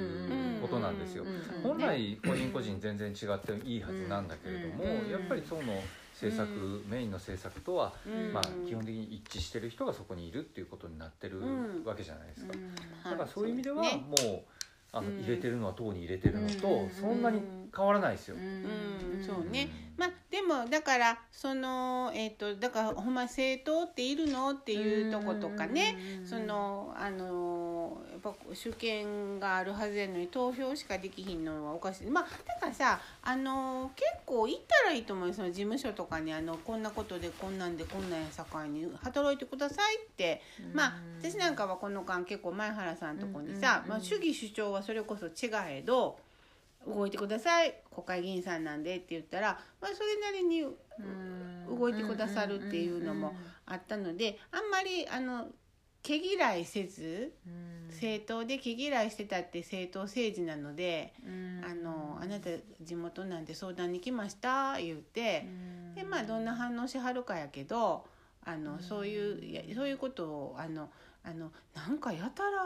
S2: うことなんですよ
S1: うんうんうんうん。
S2: 本来個人個人全然違っていいはずなんだけれども
S1: うんうん
S2: やっぱり党の政策メインの政策とは
S1: うん
S2: まあ基本的に一致してる人がそこにいるっていうことになってる
S1: うん
S2: わけじゃないですか。
S1: は
S2: だからそういう意味では
S1: ね
S2: もうあの
S1: うん
S2: 入れてるのは党に入れてるの
S3: う
S2: と
S3: ん
S2: そんなに変わらないですよ。
S1: うんそうね
S2: うん
S1: まあでもだからそのえっ、とだからほんま政党っているのっていうとことかね、そのあのやっぱ主権があるはずやのに投票しかできひんのはおかしいまあだからさあの結構行ったらいいと思うよその事務所とかにあのこんなことでこんなんでこんなんやさかいに働いてくださいってまあ私なんかはこの間結構前原さんとこに
S3: うん
S1: さ
S3: う、んうん
S1: まあ、主義主張はそれこそ違えど動いてください国会議員さんなんでって言ったら、まあ、それなりに動いてくださるっていうのもあったのであんまりあの毛嫌いせず政党で毛嫌いしてたって政党政治なので「あのあなた地元なんで相談に来ました」言うて。でまあどんな反応しはるかやけどあの、
S3: うん
S1: そういういやそういうことをあのあのなんかやたら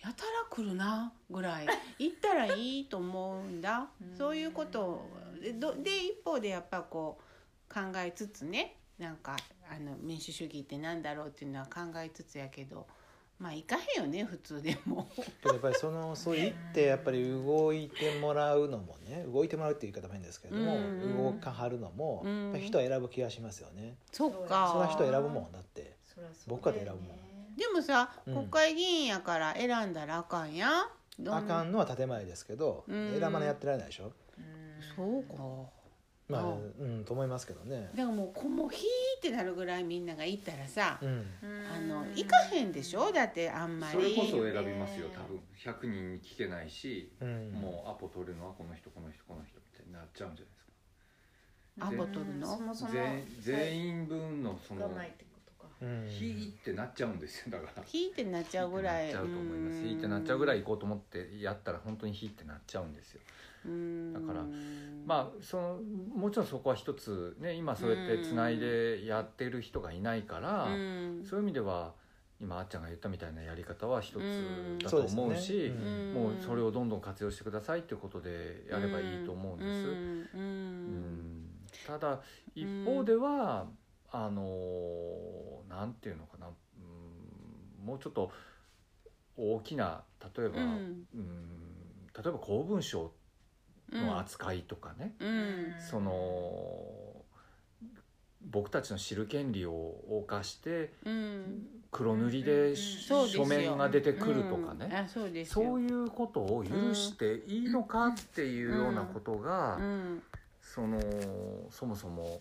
S1: やたら来るなぐらい行ったらいいと思うんだ、
S3: うん
S1: そういうことをでどで一方でやっぱこう考えつつねなんかあの民主主義ってなんだろうっていうのは考えつつやけどまあ行かへんよね普通でも。
S4: けどやっぱりそのそう言ってやっぱり動いてもらうのもね動いてもらうっていう言い方も変ですけれども、
S1: うんうん
S4: 動かはるのも、
S1: うん
S4: やっぱり人は選ぶ気がしますよね、
S1: そ
S3: そうう
S1: か
S3: や
S4: それは人選ぶもんだって僕は選ぶもん
S1: でもさ、
S4: うん
S1: 国会議員やから選んだらあかんやんど
S4: あ
S1: ん
S4: かんのは建前ですけど、
S1: うん
S4: 選ばないやってられないでしょ
S1: そうか
S4: まあ
S1: ああ
S4: うんと思いますけどね
S1: だからもうこもうひーってなるぐらいみんなが行ったらさ、
S4: うん
S1: あの行かへんでしょだってあんまり
S5: それこそ
S1: う
S5: 選びますよ多分100人に聞けないし、
S4: うん
S5: もうアポ取るのはこの人この人この人みたいになっちゃうんじゃないですか
S1: アポ取るの、
S5: 全全員分のその
S3: ないってことか
S5: 「
S4: うん
S5: ひ」ってなっちゃうんですよだから。
S1: ひーってなっちゃうぐらい
S2: なっちゃうと思います。
S1: うん
S2: ひってなっちゃうぐらい行こうと思ってやったら本当にひってなっちゃうんですよ。
S1: うん
S2: だからまあそのもちろんそこは一つね今そうやってつないでやってる人がいないから、
S1: うん
S2: そういう意味では今あっちゃんが言ったみたいなやり方は一
S1: うん
S2: つだと思う
S4: そうで
S2: し
S4: すね
S1: ん
S2: もうそれをどんどん活用してくださいっていうことでやればいいと思うんです。
S1: うんうん
S2: ただ一方では、あのなんていうのかな、うん、もうちょっと大きな例えば、
S1: う
S2: うん
S1: ん
S2: 例えば公文書
S1: うん
S2: の扱いとかね、
S1: うん
S2: その僕たちの知る権利を犯して
S1: うん
S2: 黒塗りで
S1: そうですよ
S2: 書面が出てくるとか
S1: うん
S2: ね、
S1: あそうですよ
S2: そういうことを許していいのかっていうようなことが。
S1: うん
S2: そのそもそも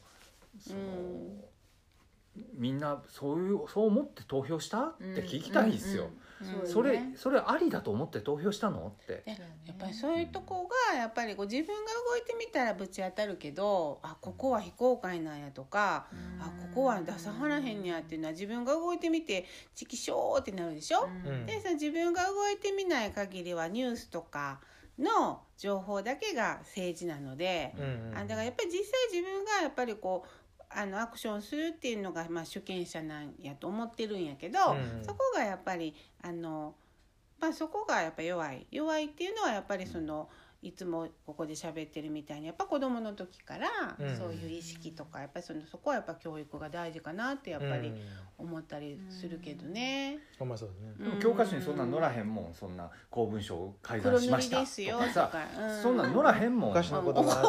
S2: そ
S1: う
S2: の、
S1: ん
S2: みんなそういうそう思って投票したって聞きたいですよ、
S1: うん
S2: それそれありだと思って投票したのって
S1: でやっぱりそういうとこがやっぱりこう自分が動いてみたらぶち当たるけどあここは非公開なんやとかあここは出さはらへんやっていうのは自分が動いてみてチキショーってなるでしょ、
S4: うん
S1: でさ自分が動いてみない限りはニュースとかの情報だけが政治なので、
S4: うん
S1: あだからやっぱり実際自分がやっぱりこうあのアクションするっていうのが、まあ、主権者なんやと思ってるんやけど、
S4: うん
S1: そこがやっぱりあの、まあ、そこがやっぱ弱い弱いっていうのはやっぱりその、いつもここで喋ってるみたいにやっぱ子供の時から
S4: うん
S1: そういう意識とか、やっぱりそのそこはやっぱ教育が大事かなってやっぱ
S4: う
S1: り
S4: ん
S1: 思ったりするけどね。
S4: ほんまそうですね
S5: でも教科書にそんなん載らへんもんそんな公文書を改ざ
S1: 黒
S5: んし
S1: 塗
S5: ま
S1: り
S5: した
S1: ですよ
S5: とか
S1: と
S5: さ
S1: か、う
S2: そんなん乗らへんもん
S4: おかしなことが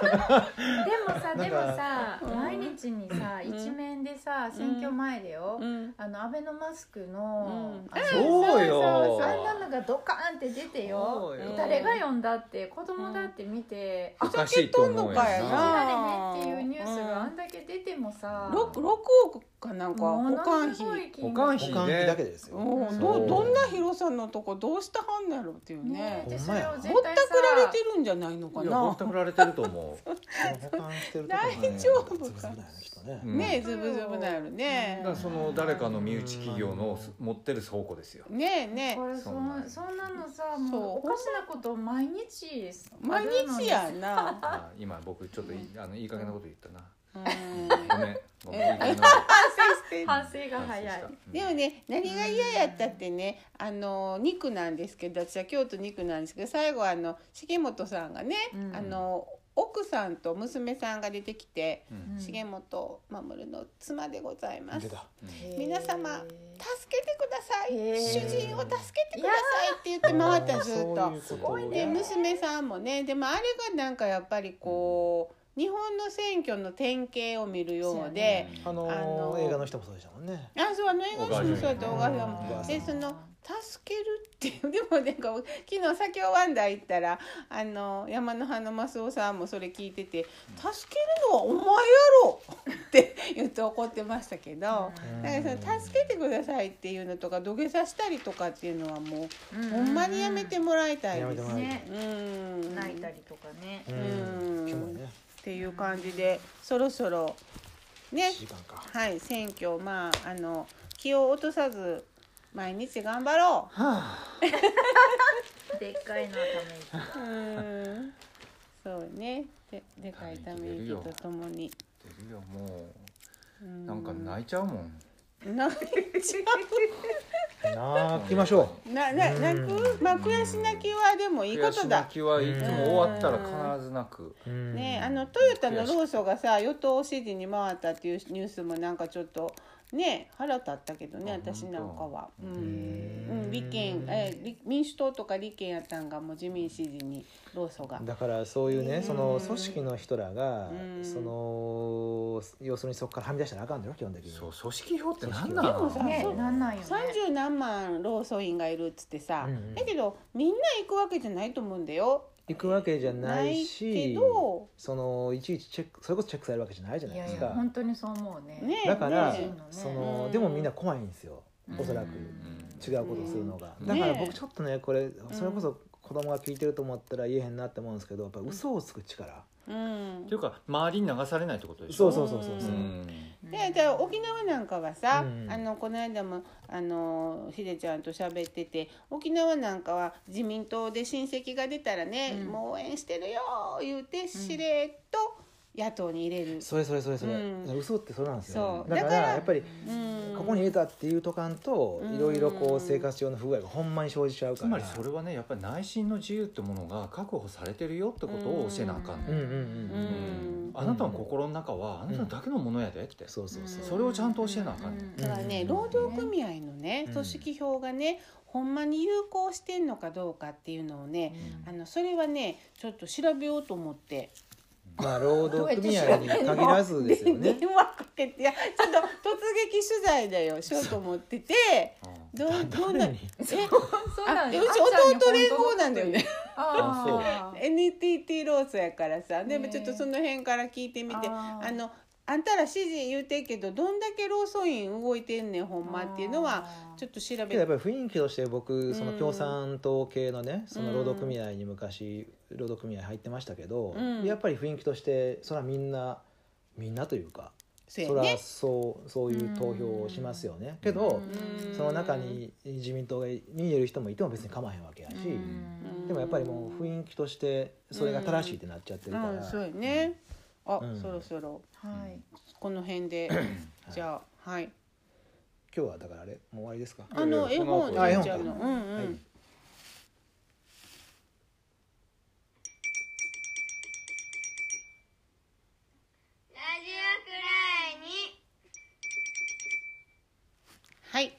S3: でもさ
S4: なんか
S3: でもさ
S1: うん
S3: 毎日にさ
S1: うん
S3: 一面でさ選挙前だよ
S1: うん
S3: あのアベノマスクの
S1: うん
S3: あの
S2: そうよ
S3: そうそうあんなのがドカーンって出てよ
S2: そうよ
S3: 誰が読んだって子供だって見て
S2: おかしいと思う
S1: ふ
S2: よ
S1: ざけとんのかや
S3: 信
S1: な
S2: な
S3: られねっていうニュースがあんだけ出てもさ
S1: 六六億かなんか保
S3: も
S1: 管
S3: のす
S1: 費
S3: ごい金
S2: 保
S3: 額
S2: 管
S4: 保
S2: 費
S4: 管費
S2: ね
S4: だけですよ
S1: うん
S2: そ
S1: ど
S2: う
S1: どんな広さんのとこどうしたはんねやろっていう
S3: ね
S1: ね
S3: えで
S4: ほん
S3: そ
S4: ま
S3: れ
S4: や
S3: を
S1: ぼっ
S3: 絶
S1: た
S3: 対
S1: く
S3: さ
S1: られてるんじゃないのか
S2: いやぼっ
S1: な
S2: たくられてると 思う
S4: 保管してるとこ
S1: 大
S4: ろね
S1: 丈夫か
S4: つぶつぶだよねきっとね
S2: うん
S1: ねえズブズブなるね
S2: だからその誰かの身内企業の持ってる倉庫ですよ
S1: ねえねえ
S3: これそ
S2: そんなんん
S3: そんなのさ
S1: そう
S3: もうおかしなこと毎日です
S1: 毎日やな
S2: あ今僕ちょっといいあのいい加減なこと言ったな
S1: うん
S2: ごめんごめんいい加減な
S3: 反省が早い
S1: でもね何が嫌やったってねあの肉なんですけど私は京都肉なんですけど最後あの重本さんがね、
S3: うん
S1: あの奥さんと娘さんが出てきて、
S2: うん
S3: うん
S1: 重本守の妻でございま
S4: 出
S1: す
S4: て。た
S2: うん
S1: 皆様助けてください
S3: へー
S1: 主人を助けてくださいって言って回ったずっ
S4: そうい
S1: と
S4: うことを
S1: で娘さんもねでもあれがなんかやっぱりこう日本の選挙の典型を見るようで
S4: あの
S1: あのー
S4: 映画の人もそうでしたもんね
S1: あそうあの映画の人もそうやって小川さん
S4: 小川
S1: も
S4: さん
S1: でその助けるっていうでもなんか昨日先をワンダー行ったらあの山の花のマスオさんもそれ聞いてて「助けるのはお前やろ!」って言って怒ってましたけど。だからその助けてくださいっていうのとか土下座したりとかっていうのはも
S3: うん
S1: うほんまにやめてもらいたい
S4: やめ
S1: で
S4: て
S1: す
S4: もらいた
S3: ね
S4: い
S1: うん
S3: 泣いたりとかね
S4: う
S1: うん
S4: ん今日もね
S1: っていう感じでそろそろね
S4: 1時間か
S1: はい選挙まああの気を落とさず毎日頑張ろ
S3: でっかいのため
S1: ううんそうねででかいため息とともに
S2: 出るよも
S1: う
S2: うんなんか泣いちゃうもん
S1: 泣いちゃ
S4: 泣きましょ
S1: うなな泣くまあ悔し泣きはでもいいこ
S2: 悔
S1: と
S2: し
S1: だ
S2: 泣きはいつも終わったら必ず泣く
S4: ううん
S1: ねえあのトヨタの労組がさ与党支持に回ったっていうニュースもなんかちょっとね腹立ったけどね
S2: あ
S1: 私なんかは、う
S2: 本
S1: んう
S4: 当
S1: ん、立憲えー立民主党とか立憲やったんがもう自民支持に労組が。
S4: だからそういう
S1: うん
S4: ねその組織の人らが
S1: うん
S4: その要するにそこからはみ出したらあかんだよ基本的に
S2: そう組織票って何な
S1: でもさ
S2: の
S3: に
S1: そう
S3: ねなんなんよね
S1: 三十何万労組員がいるっつってさ、
S4: うんうん
S1: だけどみんな行くわけじゃないと思うんだよ。
S4: 行くわけじゃない
S1: ないけ
S4: し
S1: ど
S4: そのいちいちチェックそれこそチェックされるわけじゃないじゃない
S3: い
S4: で
S3: や
S4: す
S3: い
S4: か
S3: や本当にそう思うね
S1: ねえ
S4: だから
S1: ね
S4: そ
S1: うん
S4: のでもみんな怖いんですよ
S3: うん
S4: おそらく違うことをするのが
S2: うん
S4: だから
S1: ね
S4: 僕ちょっとねこれそれこそ子供が聞いてると思ったら言えへんなって思うんですけどやっぱ嘘をつく力
S1: えうん
S2: っていうか周りに流されないってことでし
S4: そ
S2: ょ
S4: うそうそうそうそううん
S1: でじゃあ沖縄なんかはさ、
S4: うん
S1: あのこの間もあのひでちゃんと喋ってて沖縄なんかは自民党で親戚が出たらね、
S3: うん
S1: もう応援してるよ言うてしれっと野党に入れる。
S4: それそれそれそれ
S1: うん
S4: 嘘ってそれなんですよ
S1: そう
S4: だか
S1: だから
S4: らやっぱり
S1: うん
S4: ここに入れたっていうとかんと
S1: うん
S4: いろいろこう生活上の不具合がほんまに生じちゃうか
S2: つ
S4: ら
S2: まりそれはねやっぱり内心の自由ってものが確保されてるよってことを教えなあかん
S4: う
S2: ね
S4: んうん
S1: う
S4: んうん
S1: ん
S2: あなたの心の中はあなただけのものやでって
S4: そうそうそう
S2: それをちゃんと教えなあかんね
S3: うん
S1: だからね労働組合のね
S4: うん
S1: 組織票がねほんまに有効してんのかどうかっていうのをねあのそれはねちょっと調べようと思って。
S4: まあ労働組合に限らずですよね
S1: 電話かけていやちょっと突撃取材だよしようと思っててどう どんな
S4: 誰に
S1: え
S3: そう
S1: あ
S3: な
S1: うんち
S3: よ
S1: 弟連合なんだよね
S3: あ
S1: NTT ロースやからさでも
S3: ね
S1: ちょっとその辺から聞いてみて
S3: あ
S1: あ
S3: ー
S1: のあんたら指示言うてんけどどんだけ労組員動いてんねんほ
S3: ほ
S1: んまっていうのはちょ
S3: っ
S1: っと調べ
S4: けどや
S1: て
S4: っぱり雰囲気として僕その
S1: うん
S4: 共産党系のねその労働
S1: うん
S4: 組合に昔労働組合入ってましたけど、
S1: うん
S4: やっぱり雰囲気としてそれはみんなみんなというか
S1: そう
S4: そ
S1: や
S4: れは
S1: ね
S4: そうそういう投票をしますよねけ
S5: そ
S4: ど
S5: う
S1: うん
S4: その中に自民党にいる人もいても別に構わへんわけやし
S1: うん
S4: でもやっぱりもう雰囲気としてそれが正しいってなっちゃってるから、
S1: うんそうやねあ、
S4: うん
S1: そろそろ
S3: はい
S1: この辺 でじゃあはい
S4: 今日はだからあれもう終わりですか
S1: あの
S5: いやい
S1: 絵
S5: や
S1: 本
S5: そ
S1: じ
S5: の後
S1: ゃちゃうの
S4: あ
S1: うんうん、
S4: はい
S6: ラジオくらいに。
S1: はい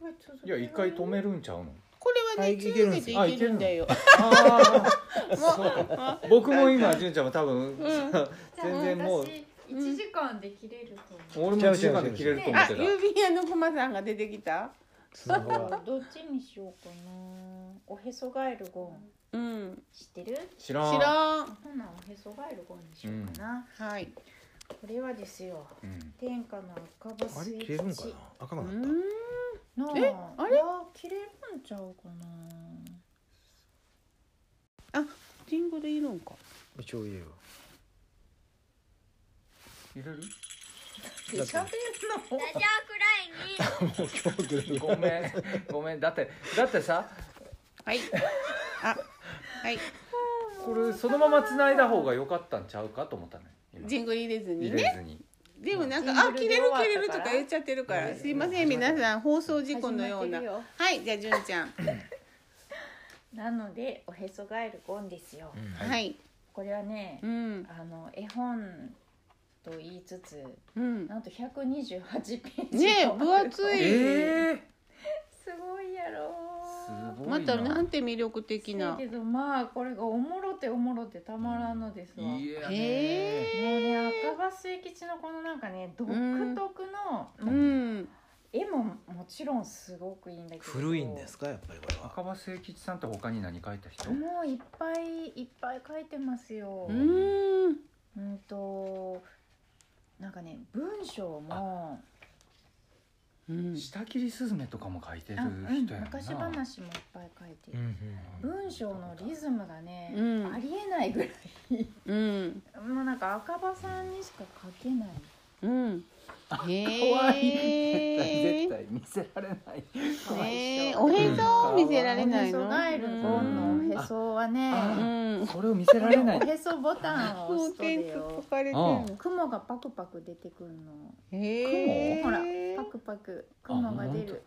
S3: これ続
S5: いや一回止めるんちゃう の
S1: これはね、
S4: はい
S1: 続けていけるんだよ。
S5: ああ僕も今純ちゃんも多分、全然もう
S3: 一時間で切れると思
S5: 俺も1時間で切れると思
S1: あ、
S5: ってた
S1: 郵便屋の熊さんが出てきた。
S4: スマホ
S3: う
S4: は
S3: どっちにしようかなおへそガエルゴン
S1: うん。
S3: 知ってる
S5: 知
S1: 知
S5: らん
S1: らん。
S3: ほなおへそガエルゴンにしようかな、
S1: はい。
S3: これはですよ
S5: うん
S3: 天下の赤
S4: あ
S3: 羽
S4: れ
S3: スイ
S4: 消えるん
S3: ッ
S4: か
S3: チ
S4: な赤
S1: う
S4: くなった
S1: ん。
S3: なあ
S1: えあれ
S3: いや切れるんちゃうかな
S1: リンゴでいるんか。
S4: 一応言えよ
S5: 入れる
S4: だ って
S6: ラジオくらいに。
S2: ごめん ごめんだってだってさ
S1: はい。 あ、はい。
S5: これそのまま繋いだ方が良かったんちゃうかと思ったね今
S1: ジングル入れずに
S5: 入
S1: ね。
S5: れずに
S1: でもなんか、
S3: ジ
S1: あ
S3: ン、グル
S1: 切
S3: で
S1: れ
S3: 終
S1: る
S3: わった
S1: 切れると
S3: から
S1: か言っちゃってるから、
S5: うん
S1: すいません、皆さん、放送事故のよう
S3: 始ま
S1: な
S3: ってる。よ
S1: はい、じゃあ、純ちゃん。
S3: なのでおへそガエルゴンですよ、
S5: うん
S1: は、い。
S3: これはね、
S1: うん。
S3: あの絵本と言いつつ
S1: うん。
S3: なんと128ページ
S1: ねえ
S3: もある
S1: 分厚
S5: え
S1: い
S5: ー、
S3: すごいやろ
S5: すごいな
S1: また、なんて魅力的
S3: だ
S1: な
S3: け。どまあこれがおもろておもろてたまらんのですわ、
S5: いやね
S1: へ
S3: もうね赤羽末吉のこのなんかね独特の、
S1: うん。
S3: 絵ももちろんすごくいいんだけど
S4: 古いんですかやっぱりこれは
S5: 赤羽誠吉さんって他に何書いた人、
S3: もういっぱいいっぱい書いてますよ
S1: う。ん。
S3: うんとなんかね文章も
S1: うん。
S5: 下切りすずめとかも書いてる
S3: あ、うん
S5: 人やんな、
S3: 昔話もいっぱい書いて
S4: う
S3: る
S4: んう。ん
S3: 文章のリズムがね、
S1: うん
S3: ありえないぐらい。
S1: うん。
S3: もうなんか赤羽さんにしか書けない。
S1: うん。
S5: 可愛い
S1: へ
S5: 絶。
S1: え
S5: 対見せられない
S1: ねえ
S3: かわ
S1: お
S3: いい
S5: う
S1: へ
S5: ん
S1: そを見せられない
S3: おへ
S1: の。
S3: そガエルゴンのおへそはね、
S1: うん。
S5: それを見せられない
S3: おへそボタンを押すとだよ。
S1: かれ
S5: てるうん
S3: 雲がパクパク出てくるの。
S1: へえ。
S3: ほらパクパク雲が出る。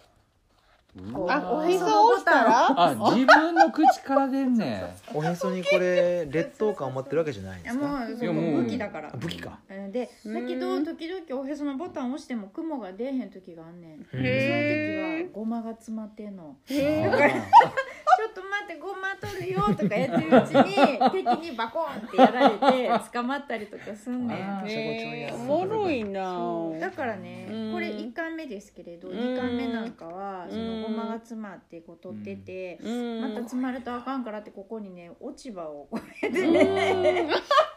S5: うわ
S1: あ、おへそを押したら。
S5: あ自分の口から出んねん
S4: おへそにこれ劣等感を持ってるわけじゃないんで
S3: あ
S4: すか
S3: もうそ
S5: いや
S3: の
S5: もう
S3: 武器だから
S4: あ。武器か
S3: うんで
S1: うん
S3: だけど時々おへそのボタン押しても雲が出えへん時があんねんその時は
S1: へ
S3: ごまが詰まってんの「ち
S1: え。
S3: ょっと待ってごま取るよ」とかやってるうちに敵にバコンってやられて捕まったりとかすんね
S5: あ
S3: ん
S5: ー
S1: へえ。おもろいな。
S3: そうだからね
S1: うん
S3: これ1回目ですけれど
S1: うん
S3: 2回目なんかは
S1: ん
S3: そのごまが詰まってこう取ってて
S1: う
S3: また
S1: ん。
S3: 詰まるとあかんからってここにね落ち葉をこれでね
S5: うん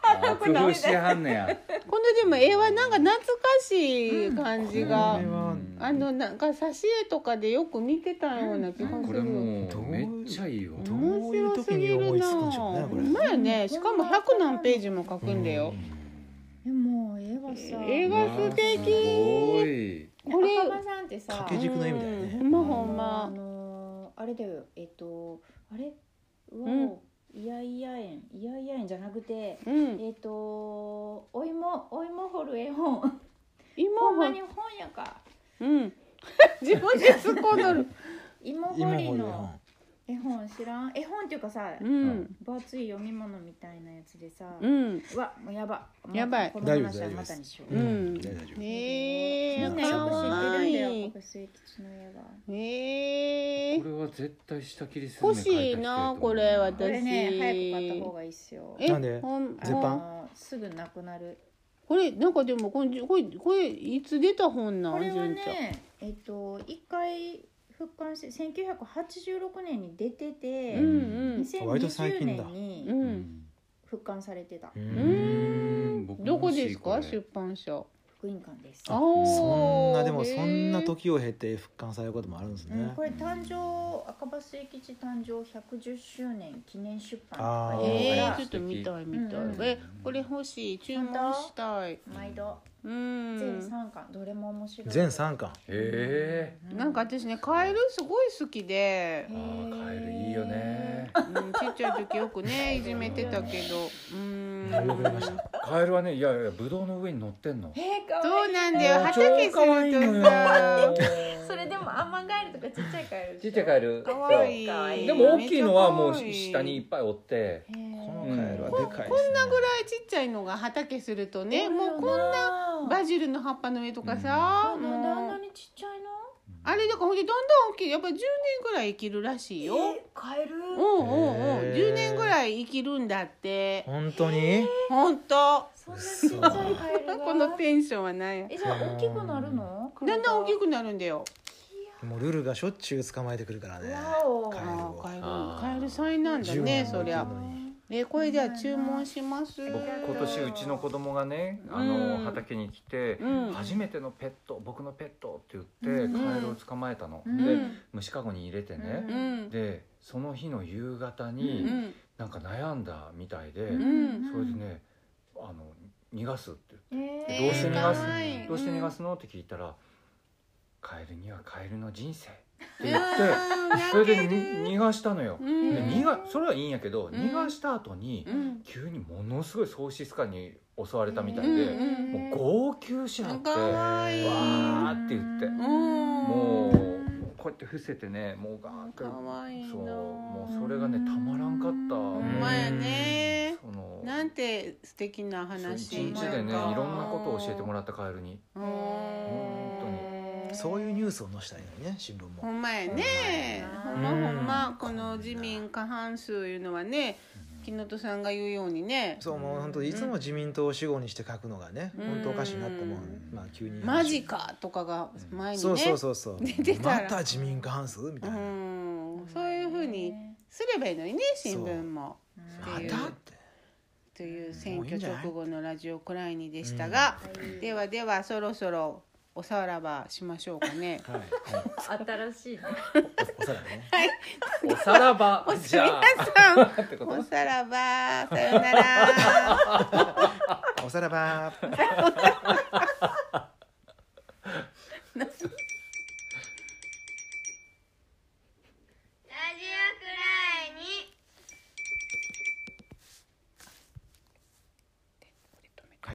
S5: あ工夫してはんねや
S1: このでも絵はなんか懐かしい感じ
S4: こ
S1: が
S4: れ。は
S1: あのなんか挿絵とかでよく見てたような気が
S5: こ
S1: す
S5: れ
S1: る。
S5: もうめっちゃいいよ
S4: ど
S1: 面
S4: ういう
S1: 白
S4: 時
S1: すぎ
S4: に
S1: る
S4: 思いつ
S1: な。
S4: くんでしょうね
S1: ほ
S4: これ
S1: んまやね。しかも百何ページも書くんだよ。
S3: えもう絵はさ
S1: 絵が
S5: うわす
S1: 素敵
S5: ごい
S1: これ
S3: 赤羽さんってさ
S4: 掛け軸の絵みたいなね
S1: うんほんまほ
S3: あ
S1: ん
S3: のあ
S1: ま。
S3: のーあれだよえっとあれうわ
S1: うん
S3: おいやいや園いやいや園じゃなくて
S1: うん。
S3: えっとお芋お芋掘る 絵本
S1: 今
S3: ほんま
S1: は
S3: に本やか
S1: うん。 自分で突っ込んどる。
S3: 芋
S4: 今
S3: 掘
S4: 掘
S3: り
S4: る
S3: の
S4: 本
S3: 絵本知らん絵本っていうかさ
S1: うん。
S3: 分厚い読み物みたいなやつでさ
S1: うん。
S3: うわもうやばもう
S1: やばい
S3: この話はまたにしよ
S1: う
S3: うん
S4: 大丈夫
S1: ねえ。
S3: みんなよく知ってるんだ
S1: かわい
S3: よ
S1: い
S3: 僕末吉の絵は
S1: ねえ
S5: こ。れは絶対下切りすずめ書
S1: 欲
S5: いた人
S1: しい
S5: やと思
S1: な
S5: う
S1: これ
S3: これ
S1: 私。
S3: ね早く買った方がいいっすよ
S1: え
S4: なんで
S1: ほん
S4: 絶版
S1: ほん
S3: あのーすぐなくなる
S1: これなんかでもこれこれこれいつ出た本な
S3: こ
S1: ん
S3: れは
S1: 純ちゃん
S3: ねえっと一回復刊して1986年に出てて、
S1: うん
S4: 割と最
S3: 2020
S4: 近だ
S3: 年
S1: う
S3: に
S5: うん
S3: 復刊されてた
S2: う
S1: ー
S2: 僕も
S1: どこ
S2: 欲しい
S1: ですか
S2: れ
S1: 出版社
S3: 福音館です
S1: あ
S4: そんな
S1: ー
S4: でも
S1: へー
S4: そんな時を経て復刊されることもあるんです
S3: うん
S4: ね、
S3: これ誕生赤羽末吉誕生110周年記念出
S4: あ
S3: 版って
S4: ー
S3: 書いて
S1: え
S3: あ
S1: ー、
S3: るか
S1: ちょっと見たい見たい、
S3: うんうん
S1: えこれ欲しい注文したい
S3: ら毎度
S1: う
S3: 全
S1: ん
S3: 3巻どれも面白い
S4: 全3巻
S2: へえ
S3: う
S1: なんか私ねカエルすごい好きで
S3: へ、
S2: あーカエルいいよね
S1: うん、ちっちゃい時よくねいじめてたけどうん
S4: 盛り上がりました
S2: カエルはねいやいやブドウの上に乗ってんの
S3: えーかわ
S1: そ
S3: いい
S1: うなんだよ
S2: あー
S1: 畑す
S2: 超可愛いの
S1: ると
S2: よ
S1: さ
S3: それでもアマガエルとかちっちゃいカエルでし
S2: ち
S3: ょ
S2: っちゃいカエル
S1: かわい
S3: 可愛
S1: い
S3: い
S2: でも大きいのはもう
S1: めっちゃ可愛い
S2: 下にいっぱいおって
S3: へー
S4: このカエルはでかいですね
S1: こんなぐらいちっちゃいのが畑するとねもうこんなバジルの葉っぱの上とかさ、
S3: なんで
S1: も
S3: あ
S1: うん
S3: なにちっちゃいの
S1: あれだからほんでどんどん大きいやっぱり10年ぐらい生きるらしいよ、
S3: えーカエル
S1: うんうんうん
S4: へー
S1: 10年ぐらい生きるんだって
S4: 本当に
S1: ほんと
S3: そんなちっちゃいカエルが
S1: このテンションはない
S3: えじゃあ大きくなるの
S1: だんだん大き
S3: く
S1: くなるんだよ
S4: もうルルがしょっちゅう捕まえてくるからね
S3: わお
S4: カエル
S1: あ
S4: を
S1: あカエル
S2: あー
S1: カエル災なんだね
S4: 10
S1: そりゃ
S4: 本当に
S1: えこれじゃあ注文します
S2: 僕今年うちの子供がねあ
S1: う
S2: の
S1: ん
S2: 畑に来て
S1: うん
S2: 初めてのペット僕のペットって言って
S3: うん
S2: カエルを捕まえたの
S3: うん
S1: う
S2: で
S1: ん
S2: 虫かごに入れてね
S1: う
S3: うん
S1: ん
S2: でその日の夕方
S1: う
S2: に
S1: ん
S2: なんか悩んだみたいで
S3: うん
S2: それでねあの逃がすって
S3: え
S2: どうして逃がす
S1: えーかわいい
S2: どうして逃がすのって聞いたらカエルにはカエルの人生って言ってそれでに逃がしたのよ
S1: う
S2: で
S1: ん
S2: 逃がそれはいいんやけど
S1: ん
S2: 逃がした後に
S1: うん
S2: 急にものすごい喪失感に襲われたみたい
S1: うん
S2: でもう号泣しはって
S1: か
S2: わ
S1: わいい
S2: ーって言って
S3: うん
S1: うん
S2: もうこうやって伏せてねもうガーッ
S1: かわいいな
S2: そうもうそれがねたまらんかった
S1: ほ
S2: うん
S1: まやね
S2: その
S1: なんて素敵な
S2: そう
S1: 話
S2: 一
S1: や
S2: 日でねい
S3: ほんまや
S2: ろんなことを教えてもらったカエル に
S1: うん
S2: 本
S4: そういうニュースを載せたらいいのにね新聞も
S1: ほんまやねほ
S3: ほ
S1: ん
S3: ん
S1: ま
S3: ま
S1: ほ
S3: や
S4: なん
S1: まこの自民過半数いうのはね木本さんが言うようにね
S4: そうもう本当いつも自民党を死後にして書くのがね、
S1: うん
S4: 本当おかしいなって思う、まあ急に
S1: マジかとかが前にね
S4: そうそうそうそう
S1: 出てた
S4: ま
S1: ら
S4: た自民過半数みたいな、
S1: うんそういうふうにすればいいのにね新聞も
S4: また
S1: っ
S4: って
S1: い
S4: て
S1: うという選
S4: もういい
S1: 挙
S4: んじゃない。
S1: 直後のラジオくらいにでしたが、ではではそろそろおさらばしましょうかね
S4: はい、はい、
S3: 新しいね
S4: おさらば
S2: おさらば
S4: ね
S1: お
S2: じゃあ
S1: 皆さん
S2: ってこと
S1: おさらばさよなら。
S4: おさらば